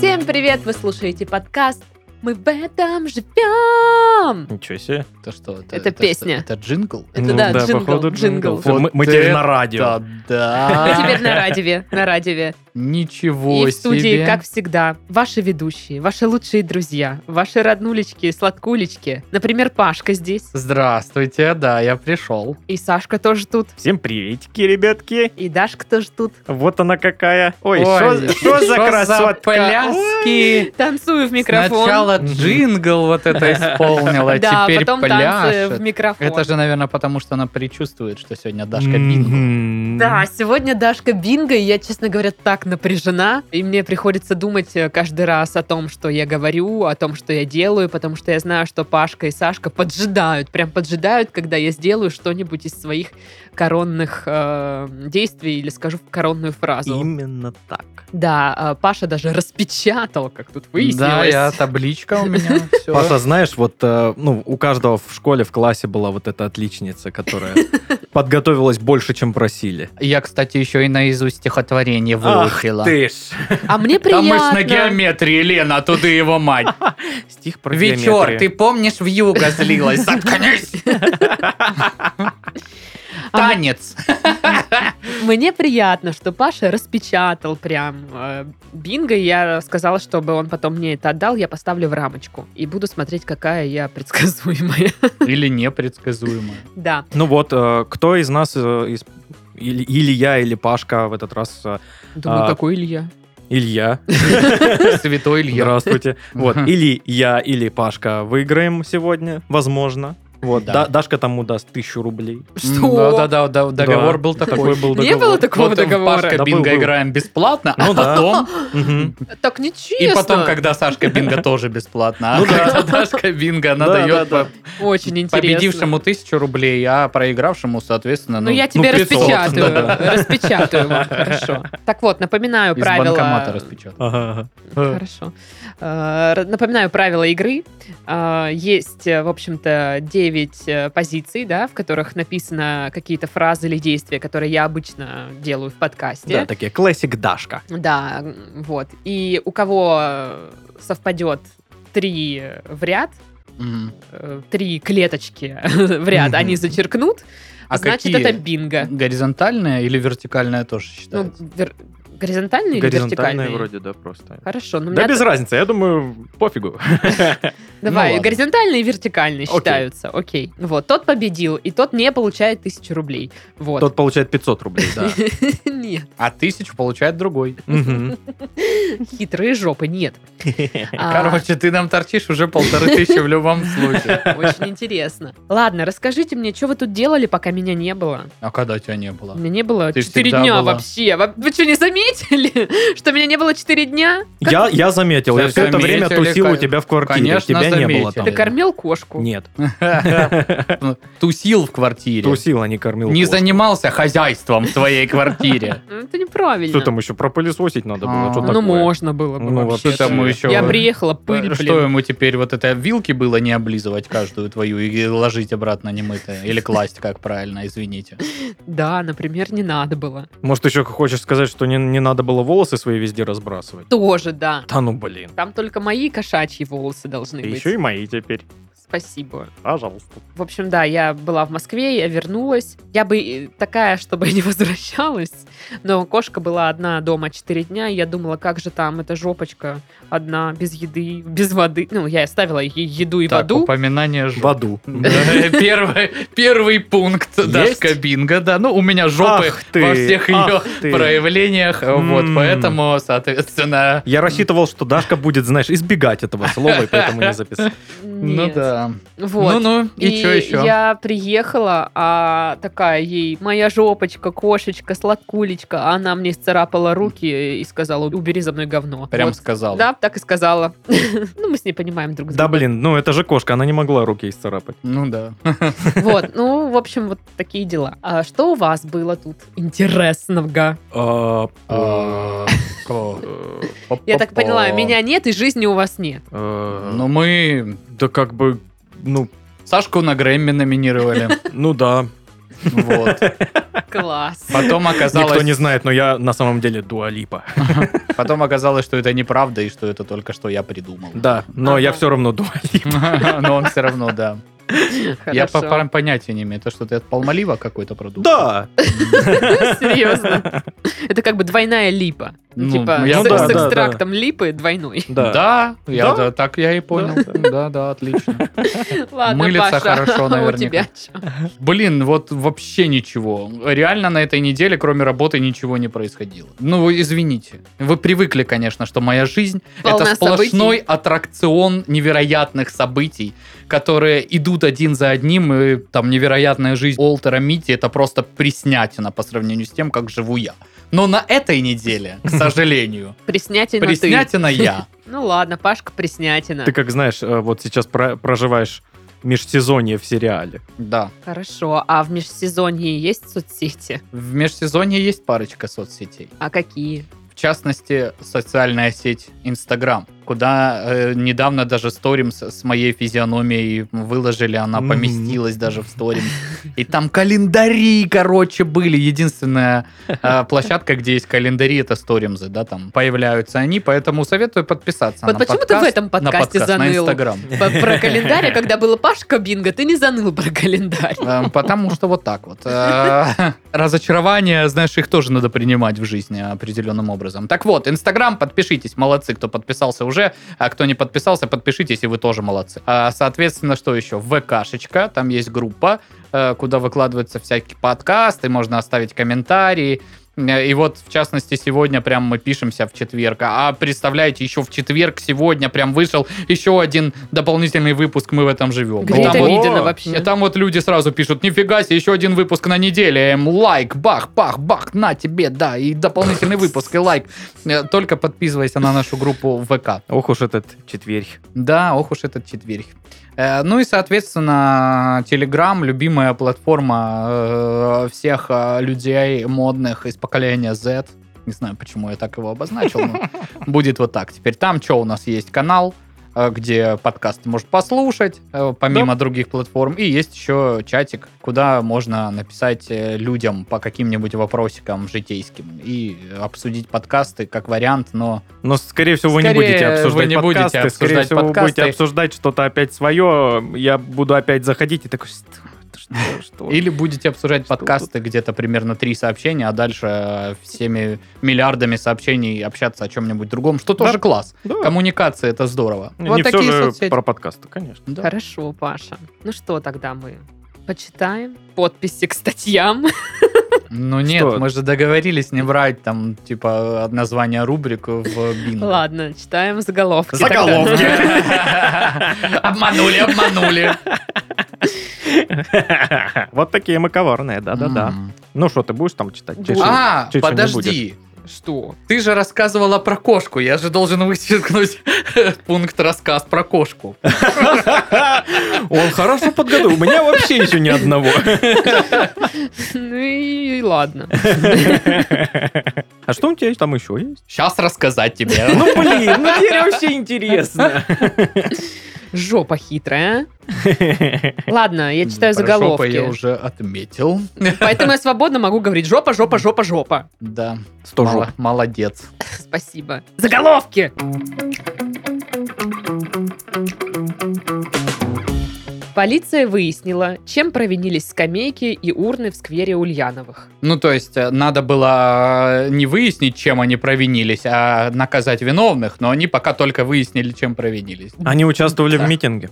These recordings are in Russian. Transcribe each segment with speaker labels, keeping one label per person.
Speaker 1: привет! Вы слушаете подкаст «Мы в этом живем!»
Speaker 2: Ничего себе.
Speaker 3: Это что? Это,
Speaker 1: Это песня.
Speaker 3: что, это джингл?
Speaker 1: Это
Speaker 2: Ну
Speaker 3: Это-
Speaker 1: да, джингл, джингл.
Speaker 2: Всё, мы, мы
Speaker 3: Вот
Speaker 2: теперь
Speaker 3: это
Speaker 2: на радио.
Speaker 1: Мы
Speaker 3: Да.
Speaker 1: теперь на радиве, на радиве.
Speaker 3: Ничего
Speaker 1: и в студии,
Speaker 3: себе.
Speaker 1: как всегда, ваши ведущие, ваши лучшие друзья, ваши роднулечки, сладкулечки. Например, Пашка здесь,
Speaker 3: Здравствуйте, да, я пришел.
Speaker 1: и Сашка тоже тут,
Speaker 2: Всем приветики, ребятки.
Speaker 1: и Дашка тоже тут.
Speaker 2: Вот она какая. Ой,
Speaker 3: Ой,
Speaker 2: что что за красотка?
Speaker 3: пляски?
Speaker 1: Танцую в микрофон.
Speaker 3: Сначала
Speaker 2: Мгм.
Speaker 3: джингл вот это исполнила,
Speaker 1: да, а
Speaker 3: теперь
Speaker 1: потом танцы в
Speaker 3: пляж.
Speaker 1: микрофон.
Speaker 3: Это же, наверное, потому что она предчувствует, что сегодня Дашка Бинго.
Speaker 2: Мгм.
Speaker 1: Да, сегодня Дашка Бинго, и я, честно говоря, так напряжена. И мне приходится думать э, каждый раз о том, что я говорю, о том, что я делаю, потому что я знаю, что Пашка и Сашка поджидают, прям поджидают, когда я сделаю что-нибудь из своих коронных э, действий или скажу коронную фразу.
Speaker 2: Именно так.
Speaker 1: Да, э, Паша даже распечатал, как тут выяснилось.
Speaker 3: Да, я табличка у меня. всё.
Speaker 2: Паша, знаешь, вот э, ну, у каждого в школе, в классе была вот эта отличница, которая подготовилась больше, чем просили.
Speaker 3: Я, кстати, еще и наизусть стихотворение выучила.
Speaker 2: ты ж.
Speaker 1: А мне
Speaker 3: Там мы ж
Speaker 1: приятно.
Speaker 3: на геометрии, Лена,
Speaker 2: а
Speaker 3: оттуда его мать.
Speaker 2: Стих про
Speaker 3: Вечер, ты помнишь, в юго злилась? Заткнись!
Speaker 1: А мне-
Speaker 3: Танец.
Speaker 1: Мне приятно, что Паша распечатал прям э, бинго. и Я сказала, чтобы он потом мне это отдал, я поставлю в рамочку. И буду смотреть, какая я предсказуемая.
Speaker 3: Или непредсказуемо.
Speaker 1: Да.
Speaker 2: Ну вот, э, кто из нас, э, из- или, или я, или Пашка в этот раз, э,
Speaker 1: Думаю,
Speaker 2: А.
Speaker 1: какой Илья?
Speaker 2: Илья,
Speaker 3: Святой Илья.
Speaker 2: Здравствуйте. Вот, или я, или Пашка выиграем сегодня, возможно. Вот,
Speaker 3: Да.
Speaker 2: Да- Дашка тому даст тысячу рублей.
Speaker 1: Что?
Speaker 3: Да-да-да, договор
Speaker 2: Да,
Speaker 3: был такой.
Speaker 2: был
Speaker 1: Не было такого
Speaker 3: Вот в
Speaker 1: договора?
Speaker 3: Пашка
Speaker 2: Да, был,
Speaker 3: Бинго
Speaker 2: был.
Speaker 3: играем бесплатно, а
Speaker 2: Ну да.
Speaker 3: потом...
Speaker 2: Мгм.
Speaker 1: Так
Speaker 3: И
Speaker 1: нечестно.
Speaker 3: потом, когда Сашка Бинго тоже бесплатно, а
Speaker 2: Ну да.
Speaker 3: когда Дашка Бинго, она
Speaker 2: Да,
Speaker 3: дает
Speaker 2: да,
Speaker 3: по-
Speaker 1: Очень интересно.
Speaker 3: победившему тысячу рублей, а проигравшему, соответственно,
Speaker 1: Ну, я тебе
Speaker 3: 500.
Speaker 1: распечатаю.
Speaker 3: Да.
Speaker 1: Распечатаю вам, хорошо. Так вот, напоминаю
Speaker 3: Из
Speaker 1: правила...
Speaker 3: банкомата распечатал.
Speaker 2: Ага.
Speaker 1: Хорошо. Э, р- Напоминаю правила игры. Э, Есть, э, в общем-то, 9 э, позиций, да, в которых написано какие-то фразы или действия, которые я обычно делаю в
Speaker 2: Да,
Speaker 1: подкасте.
Speaker 2: такие, классик Дашка.
Speaker 1: Да, м, вот. И у кого э, совпадет три э, в ряд,
Speaker 3: Мгм.
Speaker 1: э, три клеточки в ряд,
Speaker 2: Мгм.
Speaker 1: они зачеркнут,
Speaker 3: А
Speaker 1: значит,
Speaker 3: какие?
Speaker 1: это бинго.
Speaker 3: Горизонтальная или вертикальная тоже
Speaker 1: Ну,
Speaker 3: считается?
Speaker 1: вер- горизонтальные или
Speaker 2: Горизонтальные
Speaker 1: вертикальные?
Speaker 2: вроде, да, просто.
Speaker 1: Хорошо, ну, у
Speaker 2: Да
Speaker 1: меня
Speaker 2: без разницы, я думаю, пофигу.
Speaker 1: Давай,
Speaker 3: Ну ладно.
Speaker 1: горизонтальные и вертикальные
Speaker 2: Окей.
Speaker 1: считаются. Окей. Вот, тот победил, и тот не получает тысячу рублей. Вот.
Speaker 2: Тот получает 500 рублей, да.
Speaker 1: Нет.
Speaker 3: А тысячу получает другой.
Speaker 2: Мгм.
Speaker 1: Хитрые жопы, нет. А,
Speaker 3: Короче, ты нам торчишь уже полторы тысячи в любом случае.
Speaker 1: А, Очень интересно. Ладно, расскажите мне, что вы тут делали, пока меня не было?
Speaker 3: А когда тебя не было?
Speaker 1: Меня не было
Speaker 3: Ты
Speaker 1: четыре
Speaker 3: всегда
Speaker 1: дня
Speaker 3: была.
Speaker 1: вообще. Во- Вы что, не заметили, что меня не было четыре дня?
Speaker 2: Я я заметил, я
Speaker 3: Все
Speaker 2: все это время
Speaker 3: заметили,
Speaker 2: тусил у
Speaker 3: кон-
Speaker 2: тебя в квартире,
Speaker 3: конечно,
Speaker 2: тебя не было
Speaker 3: заметил.
Speaker 2: там.
Speaker 1: Ты кормил кошку?
Speaker 2: Нет,
Speaker 3: Тусил в квартире.
Speaker 2: тусил, а не кормил.
Speaker 3: Не
Speaker 2: кошку.
Speaker 3: занимался хозяйством в твоей квартире.
Speaker 1: Ну, Это неправильно.
Speaker 2: Что там еще, пропылесосить надо было? Что
Speaker 1: Ну,
Speaker 2: такое?
Speaker 1: можно было бы
Speaker 2: Ну,
Speaker 1: вообще.
Speaker 2: вообще
Speaker 3: там еще-
Speaker 1: Я приехала, пыль,
Speaker 3: Что
Speaker 1: блин.
Speaker 3: ему теперь вот это вилки было не облизывать каждую твою и ложить обратно немытое? Или класть, как правильно, извините.
Speaker 1: Да, например, не надо было.
Speaker 2: Может, еще хочешь сказать, что не, не надо было волосы свои везде разбрасывать?
Speaker 1: Тоже, да.
Speaker 2: Да ну блин.
Speaker 1: Там только мои кошачьи волосы должны
Speaker 2: И
Speaker 1: быть.
Speaker 2: еще и мои теперь.
Speaker 1: Спасибо.
Speaker 2: Пожалуйста.
Speaker 1: В общем, да, я была в Москве, я вернулась. Я бы и такая, чтобы не возвращалась, но кошка была одна дома 4 дня, и я думала, как же там эта жопочка одна, без еды, без воды. Ну, я оставила ей еду и
Speaker 3: Так,
Speaker 1: воду.
Speaker 3: упоминание
Speaker 2: В
Speaker 3: жопы.
Speaker 2: аду.
Speaker 3: Да, Первый, первый пункт
Speaker 2: Есть?
Speaker 3: Дашка Бинго, да. Ну, у меня жопы
Speaker 2: Ах ты,
Speaker 3: во всех ее
Speaker 2: ах ты.
Speaker 3: проявлениях. Вот,
Speaker 2: М.
Speaker 3: поэтому, соответственно...
Speaker 2: Я рассчитывал, что Дашка будет, знаешь, избегать этого слова, и поэтому не записал.
Speaker 3: Ну
Speaker 1: Нет.
Speaker 3: да.
Speaker 1: Вот.
Speaker 3: Ну-ну, и, что еще?
Speaker 1: я приехала, а такая ей, моя жопочка, кошечка, сладкулечка, а она мне исцарапала руки и сказала, убери за мной говно.
Speaker 3: Прям
Speaker 1: Вот.
Speaker 3: сказал.
Speaker 1: Да, так и сказала. Ну, мы с ней понимаем друг друга.
Speaker 2: Да блин, ну это же кошка, она не могла руки исцарапать.
Speaker 3: Ну да.
Speaker 1: Вот, ну, в общем, вот такие дела. А что у вас было тут интересного?
Speaker 2: А,
Speaker 3: А,
Speaker 1: Я так поняла, меня нет и жизни у вас нет.
Speaker 2: э,
Speaker 3: Ну мы
Speaker 2: Да как бы, ну,
Speaker 3: Сашку на Грэмми номинировали.
Speaker 2: ну да.
Speaker 3: Вот.
Speaker 1: Класс.
Speaker 3: Потом
Speaker 2: Никто не
Speaker 3: оказалось,
Speaker 2: знает, но я на самом деле дуалипа.
Speaker 3: потом оказалось, что это неправда и что это только что я придумал.
Speaker 2: Да, но я
Speaker 1: Ага.
Speaker 2: все равно дуалип.
Speaker 3: Но он все равно, да. Я по-
Speaker 1: Хорошо.
Speaker 3: по- понятия не имею. Это что-то от Палмалива какой-то продукт?
Speaker 2: Да,
Speaker 1: Серьезно. Это как бы двойная липа.
Speaker 3: Ну,
Speaker 1: Типа
Speaker 3: я-
Speaker 1: с
Speaker 3: ну да,
Speaker 1: с
Speaker 2: да, да.
Speaker 1: экстрактом липы двойной.
Speaker 2: да.
Speaker 3: Да, я,
Speaker 2: Да?
Speaker 3: да, так я и понял. Да, да, отлично.
Speaker 1: Ладно,
Speaker 3: Мылится
Speaker 1: Паша,
Speaker 3: хорошо
Speaker 1: у
Speaker 3: наверняка.
Speaker 1: тебя чё?
Speaker 3: Блин, вот вообще ничего. Реально на этой неделе, кроме работы, ничего не происходило. Ну, вы извините. Вы привыкли, конечно, что моя жизнь
Speaker 1: Полна
Speaker 3: это сплошной аттракцион невероятных событий, которые идут один за одним, и там невероятная жизнь Уолтера Мити это просто приснятина по сравнению с тем, как живу я. Но на этой неделе, к сожалению,
Speaker 1: Приснятина ты.
Speaker 3: приснятина я.
Speaker 1: Ну ладно, Пашка приснятина.
Speaker 2: Ты как знаешь, э, вот сейчас про- проживаешь межсезонье в сериале.
Speaker 3: Да.
Speaker 1: Хорошо, а в межсезонье есть соцсети?
Speaker 3: В межсезонье есть парочка соцсетей.
Speaker 1: А какие?
Speaker 3: В частности, социальная сеть Инстаграм, куда э, недавно даже сторимс с моей физиономией выложили, она
Speaker 2: Мгм.
Speaker 3: поместилась даже в сторимс. И там календари, короче, были. Единственная э, площадка, где есть календари, это сторимзы, да, там появляются они, поэтому советую подписаться
Speaker 1: Вот
Speaker 3: на
Speaker 1: почему ты в
Speaker 3: подкаст,
Speaker 1: этом подкасте
Speaker 3: на подкаст, на
Speaker 1: заныл?
Speaker 3: Инстаграм.
Speaker 1: П- Про календарь, а когда было Пашка Бинго, ты не заныл про календарь.
Speaker 3: Эм, Потому что вот так вот. Э, Разочарования, знаешь, их тоже надо принимать в жизни определенным образом. Так вот, Инстаграм, подпишитесь, молодцы, кто подписался уже, а кто не подписался, подпишитесь, и вы тоже молодцы. А, Соответственно, что еще? ВКшечка, там есть группа, э, куда выкладываются всякие подкасты, можно оставить комментарии. Э, И вот, в частности, сегодня прям мы пишемся в четверг. А представляете, еще в четверг сегодня прям вышел еще один дополнительный выпуск «Мы в этом живем».
Speaker 1: Где
Speaker 3: И там
Speaker 1: это
Speaker 3: вот-
Speaker 1: видно
Speaker 3: и
Speaker 1: вообще?
Speaker 3: там вот люди сразу пишут, нифига себе, еще один выпуск на неделе, эм, лайк, бах, бах, бах, на тебе, да, и дополнительный выпуск, и лайк. Э, Только подписывайся на нашу группу в ВК.
Speaker 2: Ох уж этот четверг.
Speaker 3: Да, ох уж этот четверг. Э, Ну и, соответственно, Telegram, любимая платформа э, всех э, людей модных из поколения Z. Не знаю, почему я так его обозначил, но будет вот так. Теперь там что у нас есть канал, э, где подкаст может послушать, э, помимо других платформ. И есть еще чатик, куда можно написать э, людям по каким-нибудь вопросикам житейским и обсудить подкасты как вариант, но
Speaker 2: Но, Ну, скорее всего, вы не
Speaker 3: Скорее,
Speaker 2: будете обсуждать
Speaker 3: вы не будете
Speaker 2: подкасты. скорее
Speaker 3: обсуждать
Speaker 2: всего, вы будете
Speaker 3: подкасты.
Speaker 2: обсуждать что-то опять свое. Я буду опять заходить и такой, что, что, что?
Speaker 3: Или будете обсуждать
Speaker 2: Что
Speaker 3: подкасты, где-то примерно три сообщения, а дальше э, всеми миллиардами сообщений общаться о чем-нибудь другом, что
Speaker 2: Да.
Speaker 3: тоже класс.
Speaker 2: Да.
Speaker 3: Коммуникация это здорово.
Speaker 2: Не
Speaker 3: вот
Speaker 2: всё
Speaker 3: такие
Speaker 2: же
Speaker 3: соцсети.
Speaker 2: про подкасты, конечно.
Speaker 3: Да.
Speaker 1: Хорошо, Паша. Ну что тогда мы почитаем подписи к статьям?
Speaker 3: Ну нет,
Speaker 2: Что?
Speaker 3: мы же договорились не брать там типа название рубрик в бинго.
Speaker 1: Ладно, читаем заголовки.
Speaker 3: Заголовки.
Speaker 1: тогда.
Speaker 3: Обманули, обманули.
Speaker 2: Вот такие мы коварные, да-да-да.
Speaker 3: М.
Speaker 2: Ну что, ты будешь там читать? Ты
Speaker 1: Буду.
Speaker 2: же-
Speaker 3: А,
Speaker 2: Чё, чё не
Speaker 3: подожди.
Speaker 1: Что?
Speaker 3: Ты же рассказывала про кошку. Я же должен вычеркнуть пункт рассказ про кошку.
Speaker 2: Он хорошо подготовил. У меня вообще еще ни одного.
Speaker 1: Ну и ладно.
Speaker 2: А что у тебя там еще есть?
Speaker 3: Сейчас рассказать тебе.
Speaker 2: Ну блин, ну теперь вообще интересно.
Speaker 1: Жопа хитрая. а? Ладно, я читаю
Speaker 3: Про жопу я
Speaker 1: заголовки.
Speaker 3: уже отметил.
Speaker 1: Поэтому я свободно могу говорить жопа, жопа, жопа, жопа.
Speaker 3: Да,
Speaker 2: Сто
Speaker 3: мало-
Speaker 2: жоп.
Speaker 3: молодец.
Speaker 1: Спасибо. Заголовки! Полиция выяснила, чем провинились скамейки и урны в сквере Ульяновых.
Speaker 3: Ну, то есть, э, надо было э, не выяснить, чем они провинились, а наказать виновных, но они пока только выяснили, чем провинились.
Speaker 2: Они участвовали в
Speaker 3: Так.
Speaker 2: митинге.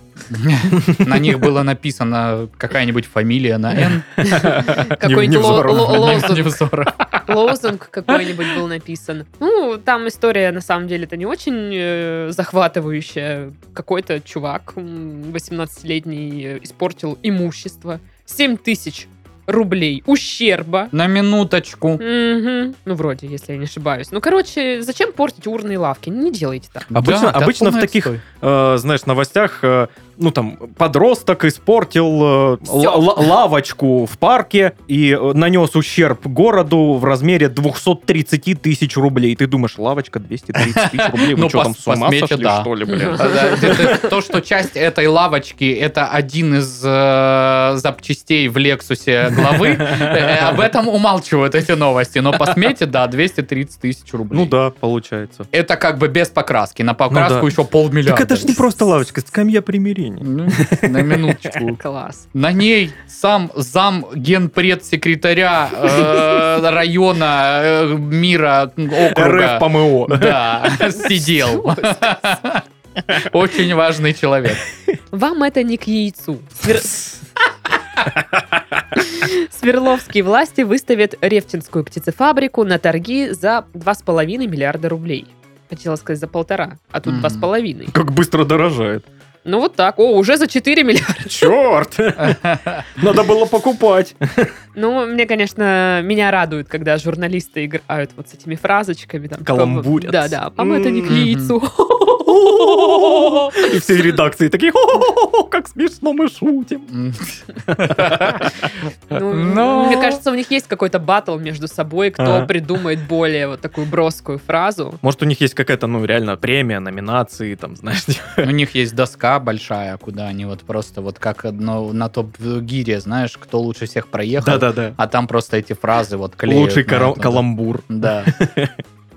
Speaker 3: На них было написано какая-нибудь фамилия на Н.
Speaker 1: Какой-нибудь
Speaker 2: Невзоров.
Speaker 1: ло- ло- лозунг.
Speaker 3: Невзоров.
Speaker 1: лозунг какой-нибудь был написан. Ну, там история, на самом деле, это не очень э, захватывающая. Какой-то чувак м, 18-летний э, испортил имущество. 7 тысяч рублей ущерба.
Speaker 3: На минуточку.
Speaker 1: Мгм. Ну, вроде, если я не ошибаюсь. Ну, короче, зачем портить урные лавки? Не делайте так.
Speaker 2: Обычно-
Speaker 3: Да, да,
Speaker 2: обычно в
Speaker 3: полный
Speaker 2: таких,
Speaker 3: отстой.
Speaker 2: Э, знаешь, новостях э, ну там, подросток испортил э,
Speaker 1: Всё.
Speaker 2: л- л- лавочку в парке и э, нанес ущерб городу в размере 230 тысяч рублей. Ты думаешь, лавочка 230 тысяч рублей, вы
Speaker 3: Ну,
Speaker 2: что там
Speaker 3: пос-
Speaker 2: с ума
Speaker 3: посмечу,
Speaker 2: сошли,
Speaker 3: да.
Speaker 2: что ли, блин?
Speaker 3: А, да, это- То, что часть этой лавочки это один из э, запчастей в Лексусе главы, э, об этом умалчивают эти новости. Но по смете, да, 230 тысяч рублей.
Speaker 2: Ну да, получается.
Speaker 3: Это как бы без покраски. На покраску
Speaker 2: Ну да.
Speaker 3: еще полмиллиарда.
Speaker 2: Так это ж не просто лавочка, это скамья примирения.
Speaker 3: Ну, на минуточку.
Speaker 1: Класс.
Speaker 3: На ней сам зам генпред секретаря района э, мира округа.
Speaker 2: РФ ПМО.
Speaker 3: Да, сидел. Очень важный человек.
Speaker 1: Вам это не к яйцу. Свер- Свердловские власти выставят Рефтинскую птицефабрику на торги за 2,5 миллиарда рублей. Хотела сказать за полтора, а тут
Speaker 3: Мгм.
Speaker 1: два с половиной.
Speaker 2: Как быстро дорожает.
Speaker 1: Ну вот так. О, уже за 4 миллиарда.
Speaker 2: Черт! Надо было покупать.
Speaker 1: Ну, мне, конечно, меня радует, когда журналисты играют вот с этими фразочками. Там, типа,
Speaker 2: Каламбурят.
Speaker 1: Да-да. Вам это не к
Speaker 2: Мгм.
Speaker 1: яйцу.
Speaker 2: И все редакции такие, «Хо-хо-хо, как смешно мы шутим.
Speaker 3: М.
Speaker 1: Ну,
Speaker 3: Но-
Speaker 1: Мне кажется, у них есть какой-то баттл между собой, кто
Speaker 2: Ага.
Speaker 1: придумает более вот такую броскую фразу.
Speaker 2: Может, у них есть какая-то, ну, реально, премия, номинации, там, знаешь,
Speaker 3: У них есть доска большая, куда они вот просто вот как одно на топ-гире, знаешь, кто лучше всех проехал.
Speaker 2: да-да-да.
Speaker 3: А там просто эти фразы вот клеют.
Speaker 2: Лучший
Speaker 3: на
Speaker 2: кара-
Speaker 3: это, да.
Speaker 2: каламбур.
Speaker 3: Да.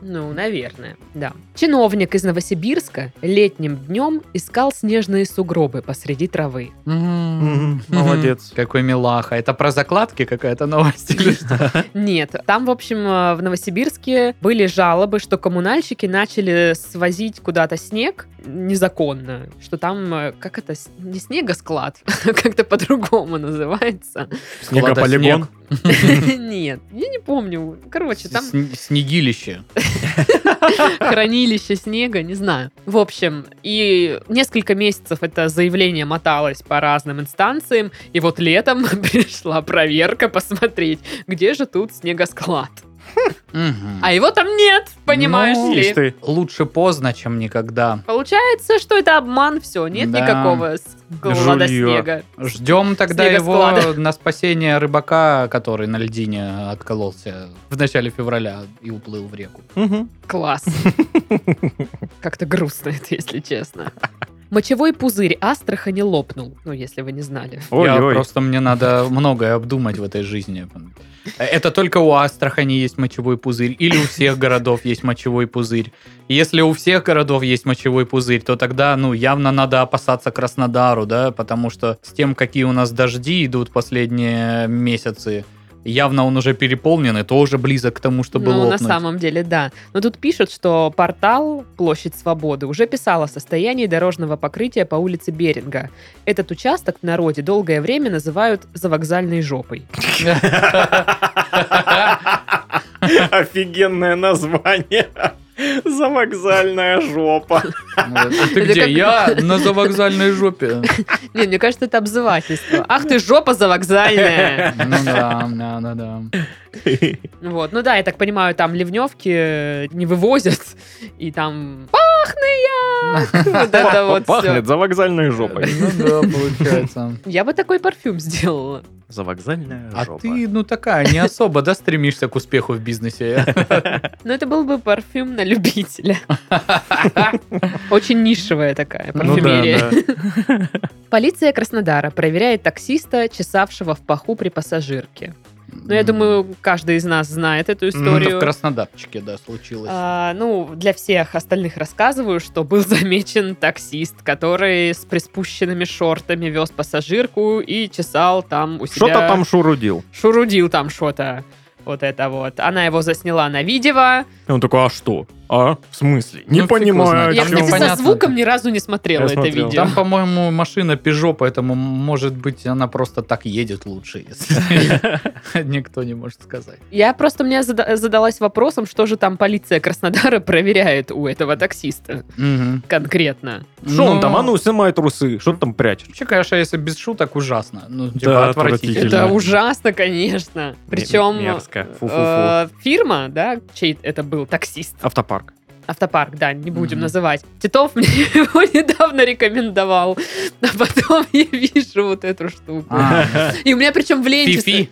Speaker 1: Ну, наверное, да. Чиновник из Новосибирска летним днем искал снежные сугробы посреди травы.
Speaker 2: Мгм,
Speaker 3: Мгм.
Speaker 2: молодец.
Speaker 3: Какой милаха. Это про закладки какая-то новость или что?
Speaker 1: Нет, там, в общем, э, в Новосибирске были жалобы, что коммунальщики начали свозить куда-то снег незаконно, что там, э, как это, с- не снегосклад, а как-то по-другому называется.
Speaker 2: Снегополигон.
Speaker 1: Нет, я не помню. Короче, там
Speaker 3: Сни- Снегилище.
Speaker 1: хранилище снега, не знаю. В общем, и несколько месяцев это заявление моталось по разным инстанциям, и вот летом пришла проверка посмотреть, где же тут снегосклад.
Speaker 3: Мгм.
Speaker 1: А его там нет, понимаешь
Speaker 3: Ну,
Speaker 1: ли?
Speaker 2: Ишь ты.
Speaker 3: Лучше поздно, чем никогда.
Speaker 1: Получается, что это обман, все, нет
Speaker 3: Да.
Speaker 1: никакого склада
Speaker 2: Жульё.
Speaker 1: снега.
Speaker 3: Ждем тогда
Speaker 1: Снегосклада.
Speaker 3: его на спасение рыбака, который на льдине откололся в начале февраля и уплыл в реку.
Speaker 2: Мгм.
Speaker 1: Класс. Как-то грустно это, если честно. Мочевой пузырь Астрахани лопнул, ну, если вы не знали.
Speaker 3: Я
Speaker 2: Ой-ой.
Speaker 3: просто мне надо многое обдумать в этой жизни. Это только у Астрахани есть мочевой пузырь, или у всех городов есть мочевой пузырь. Если у всех городов есть мочевой пузырь, то тогда, ну, явно надо опасаться Краснодару, да, потому что с тем, какие у нас дожди идут последние месяцы, явно он уже переполнен и тоже близок к тому, чтобы
Speaker 1: ну,
Speaker 3: лопнуть.
Speaker 1: на самом деле, да. Но тут пишут, что портал «Площадь Свободы» уже писал о состоянии дорожного покрытия по улице Беринга. Этот участок в народе долгое время называют «завокзальной жопой».
Speaker 2: Офигенное название. Завокзальная жопа.
Speaker 3: Ну, А Ты
Speaker 1: Это
Speaker 3: где?
Speaker 1: как-
Speaker 3: Я на завокзальной жопе.
Speaker 1: Не, мне кажется, это обзывательство. Ах ты, жопа завокзальная!
Speaker 3: Ну да, да, да, да.
Speaker 1: Вот, ну да, я так понимаю, там ливневки э, не вывозят, и там пахнет! Вот это вот
Speaker 2: Пахнет
Speaker 1: все.
Speaker 2: завокзальной жопой.
Speaker 3: Ну да, получается.
Speaker 1: Я бы такой парфюм сделала. Э,
Speaker 2: Завокзальная
Speaker 3: А
Speaker 2: жопа.
Speaker 3: ты, ну такая, не особо, да, стремишься к успеху в бизнесе?
Speaker 1: Но это был бы парфюм на любителя. Очень нишевая такая
Speaker 2: Ну да,
Speaker 1: парфюмерия. Полиция Краснодара проверяет таксиста, чесавшего в паху при пассажирке. Ну, я думаю, каждый из нас знает эту
Speaker 3: Ну, Это в
Speaker 1: историю.
Speaker 3: Краснодарчике, да, случилось.
Speaker 1: А, ну, для всех остальных рассказываю, что был замечен таксист, который с приспущенными шортами вез пассажирку и чесал там у себя...
Speaker 2: Что-то там шурудил.
Speaker 1: Шурудил там что-то. Вот это вот. Она его засняла на видео.
Speaker 2: И он такой, а что? А? В смысле?
Speaker 3: Ну,
Speaker 2: Не
Speaker 3: фиг его
Speaker 2: понимаю.
Speaker 3: знает.
Speaker 1: я,
Speaker 2: о
Speaker 3: там
Speaker 2: чём
Speaker 1: кстати,
Speaker 3: непонятно.
Speaker 1: со звуком ни разу не смотрела
Speaker 2: Я
Speaker 1: это
Speaker 2: смотрел.
Speaker 1: видео.
Speaker 3: Там, по-моему, машина Peugeot, поэтому, может быть, она просто так едет лучше, если никто не может сказать.
Speaker 1: Я просто мне зада- задалась вопросом, что же там полиция Краснодара проверяет у этого таксиста
Speaker 3: Мгм.
Speaker 1: конкретно.
Speaker 2: Что он
Speaker 3: Ну,
Speaker 2: там? А ну, снимай трусы. Что ты там прячешь?
Speaker 3: Вообще, конечно, если без шуток, ужасно. Ну, типа,
Speaker 2: Да,
Speaker 3: отвратительно.
Speaker 2: отвратительно.
Speaker 1: Это ужасно, конечно. Причем
Speaker 2: Мерзко. Фу-фу-фу.
Speaker 1: э, фирма, да, чей это был таксист,
Speaker 2: Автопарк.
Speaker 1: автопарк, да, не будем
Speaker 3: Мгм.
Speaker 1: называть. Титов мне его недавно рекомендовал, а потом я вижу вот эту штуку.
Speaker 3: А,
Speaker 1: И у меня причем в ленте...
Speaker 3: Фифи.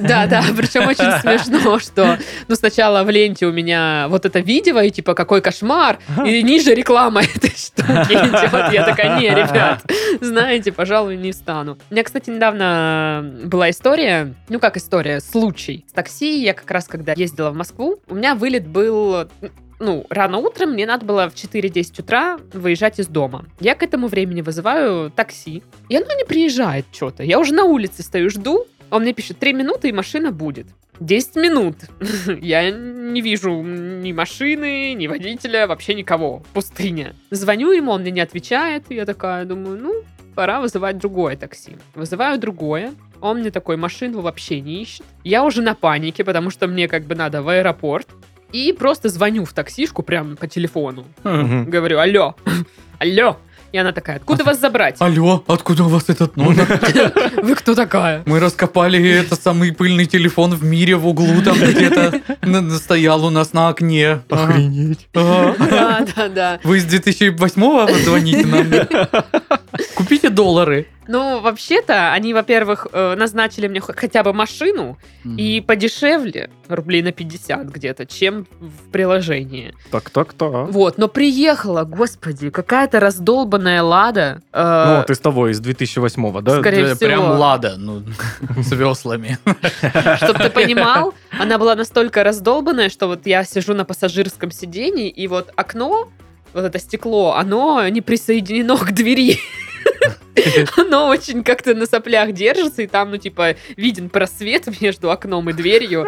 Speaker 1: Да, да, причем очень смешно, что ну сначала в ленте у меня вот это видео, и типа какой кошмар, и ниже реклама этой штуки идет. Я такая, не, ребят, знаете, пожалуй, не стану. У меня, кстати, недавно была история, ну как история, случай с такси. Я как раз когда ездила в Москву, у меня вылет был ну, рано утром мне надо было в 4.10 утра выезжать из дома. Я к этому времени вызываю такси, и оно не приезжает что-то. Я уже на улице стою, жду, он мне пишет, 3 минуты, и машина будет. 10 минут. Я не вижу ни машины, ни водителя, вообще никого. Пустыня. Звоню ему, он мне не отвечает. и Я такая думаю, ну, пора вызывать другое такси. Вызываю другое. Он мне такой машину вообще не ищет. Я уже на панике, потому что мне как бы надо в аэропорт. И просто звоню в таксишку прям по телефону.
Speaker 3: Хм.
Speaker 2: Мгм.
Speaker 1: Говорю, алло, алло. И она такая, откуда вас забрать?
Speaker 3: Алло, откуда у вас этот номер?
Speaker 1: Вы кто такая?
Speaker 3: Мы раскопали это самый пыльный телефон в мире в углу, там где-то на- на- стоял у нас на окне.
Speaker 2: Охренеть.
Speaker 3: А, а.
Speaker 1: Да, да, да.
Speaker 3: Вы с 2008-го звоните нам? Купите доллары.
Speaker 1: Ну, вообще-то, они, во-первых, э, назначили мне хо- хотя бы машину и подешевле, рублей на 50 где-то, чем в приложении.
Speaker 2: Так, так, так.
Speaker 1: Вот, но приехала, господи, какая-то раздолбанная лада. э,
Speaker 2: Ну, ты с того, из 2008-го, да?
Speaker 1: Скорее
Speaker 3: Да,
Speaker 1: всего.
Speaker 3: Прям лада, ну, с веслами.
Speaker 1: Чтоб ты понимал, она была настолько раздолбанная, что вот я сижу на пассажирском сидении, и вот окно, вот это стекло, оно не присоединено к двери. Оно очень как-то на соплях держится, и там, ну, типа, виден просвет между окном и дверью.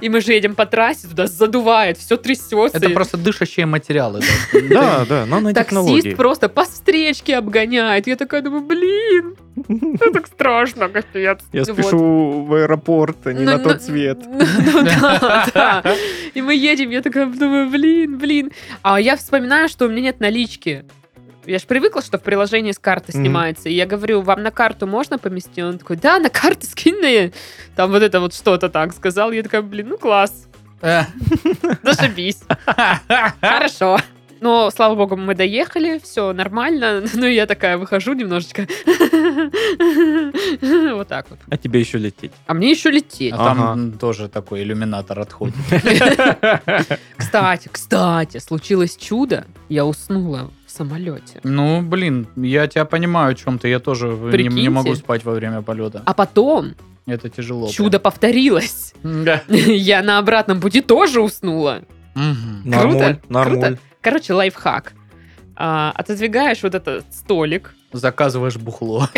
Speaker 1: И мы же едем по трассе, туда задувает, все трясется.
Speaker 3: Это
Speaker 1: И
Speaker 3: просто дышащие материалы.
Speaker 2: Да, да,
Speaker 1: Таксист
Speaker 2: нанотехнологии.
Speaker 1: просто по встречке обгоняет. Я такая думаю, блин, это так страшно, капец.
Speaker 2: Я
Speaker 1: Вот.
Speaker 2: спешу в аэропорт, а не
Speaker 1: Ну,
Speaker 2: на
Speaker 1: ну,
Speaker 2: тот свет.
Speaker 1: Ну ну да, да. И мы едем, я такая думаю, блин, блин. А я вспоминаю, что у меня нет налички. Я же привыкла, что в приложении с карты
Speaker 2: Мгм.
Speaker 1: снимается. И я говорю, вам на карту можно поместить? Он такой, да, на карту скинь мне. Там вот это вот что-то так сказал. Я такая, блин, ну класс,
Speaker 3: да.
Speaker 1: зашибись. Хорошо. Но, слава богу, мы доехали, все нормально. Ну, и я такая выхожу немножечко. Вот так вот.
Speaker 2: А тебе еще лететь.
Speaker 1: А мне еще лететь.
Speaker 3: А там
Speaker 2: Ага.
Speaker 3: м, тоже такой иллюминатор отходит.
Speaker 1: Кстати, кстати, случилось чудо. Я уснула в самолете.
Speaker 3: Ну, блин, я тебя понимаю о чем-то. Я тоже не, не
Speaker 1: Прикиньте.
Speaker 3: могу спать во время полета.
Speaker 1: А потом
Speaker 3: Это тяжело. прям.
Speaker 1: чудо повторилось.
Speaker 3: Да.
Speaker 1: Я на обратном пути тоже уснула.
Speaker 3: Мгм.
Speaker 2: Нормуль,
Speaker 1: Круто,
Speaker 2: нормуль.
Speaker 1: круто. Короче, лайфхак. А, Отодвигаешь вот этот столик,
Speaker 3: Заказываешь бухло.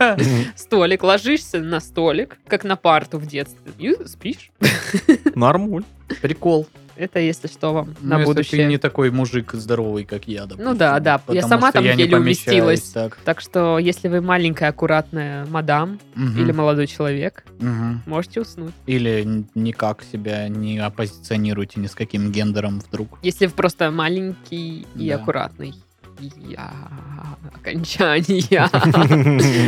Speaker 2: Мгм.
Speaker 1: столик, ложишься на столик, как на парту в детстве, и спишь.
Speaker 2: Нормуль.
Speaker 3: Прикол.
Speaker 1: Это, если что, вам
Speaker 3: Ну,
Speaker 1: на
Speaker 3: если
Speaker 1: будущее. Ну
Speaker 3: ты не такой мужик здоровый, как я, допустим.
Speaker 1: да, да, я
Speaker 3: Потому
Speaker 1: сама
Speaker 3: что
Speaker 1: там
Speaker 3: я не
Speaker 1: еле
Speaker 3: помещаюсь
Speaker 1: уместилась.
Speaker 3: Так.
Speaker 1: Так что, если вы маленькая, аккуратная мадам
Speaker 3: Мгм.
Speaker 1: или молодой человек,
Speaker 3: Мгм.
Speaker 1: можете уснуть.
Speaker 3: Или н- никак себя не оппозиционируйте ни с каким гендером вдруг.
Speaker 1: Если вы просто маленький и
Speaker 3: Да.
Speaker 1: аккуратный. Я... Окончание.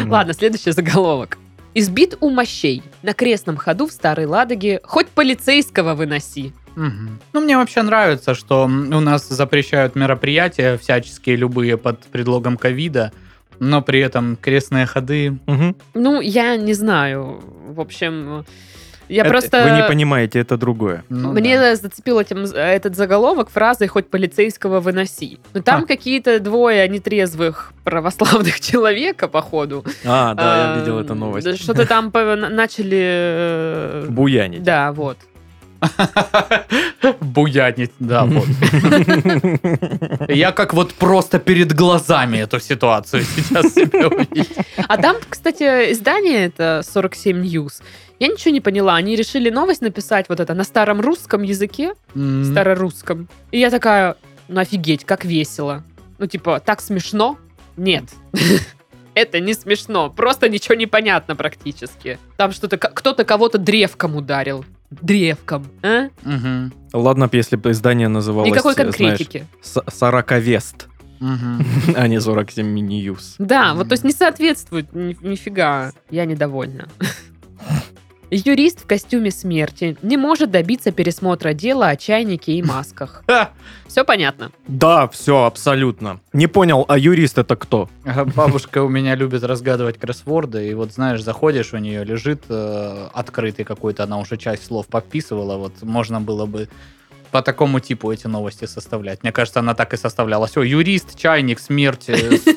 Speaker 1: Ладно, следующий заголовок. Избит у мощей. На крестном ходу в Старой Ладоге хоть полицейского выноси.
Speaker 3: Мгм. Ну, мне вообще нравится, что м, у нас запрещают мероприятия всяческие, любые под предлогом ковида, но при этом крестные ходы
Speaker 2: Мгм.
Speaker 1: Ну, я не знаю. В общем, я
Speaker 2: Это-
Speaker 1: просто...
Speaker 2: Вы не понимаете, это другое.
Speaker 3: ну,
Speaker 1: Мне
Speaker 3: да.
Speaker 1: зацепил этим, этот заголовок фразой «хоть полицейского выноси». Но там
Speaker 2: А.
Speaker 1: какие-то двое нетрезвых православных человека, походу.
Speaker 2: А, да, я
Speaker 1: э,
Speaker 2: видел эту новость.
Speaker 1: Что-то там по- на- начали... э,
Speaker 2: Буянить.
Speaker 1: Да, вот.
Speaker 3: Буянить, да, вот. Я как вот просто перед глазами эту ситуацию сейчас себе увидел.
Speaker 1: А там, кстати, издание это 47 News. Я ничего не поняла. Они решили новость написать вот это на старом русском языке,
Speaker 3: М,
Speaker 1: старорусском. И я такая, ну офигеть, как весело. Ну типа, так смешно? Нет. Это не смешно, просто ничего не понятно практически. Там что-то, к- кто-то кого-то древком ударил. Древком, а?
Speaker 3: мгм,
Speaker 2: Ладно б, если бы издание называлось,
Speaker 1: Никакой
Speaker 2: э, знаешь,
Speaker 1: конкретики.
Speaker 2: с- «Сороковест»,
Speaker 3: мгм.
Speaker 2: а не 47 мини-юз.
Speaker 1: Да, вот то есть
Speaker 3: Мгм.
Speaker 1: не соответствует ни- нифига. Я недовольна. Юрист в костюме смерти не может добиться пересмотра дела о чайнике и масках.
Speaker 3: Ха!
Speaker 1: Все понятно.
Speaker 2: Да, все, абсолютно. Не понял, а юрист это кто?
Speaker 3: А Бабушка у меня любит разгадывать кроссворды, и вот, знаешь, заходишь, у нее лежит э, открытый какой-то, она уже часть слов подписывала, вот можно было бы по такому типу эти новости составлять. Мне кажется, она так и составляла. Все, юрист, чайник, смерть, э,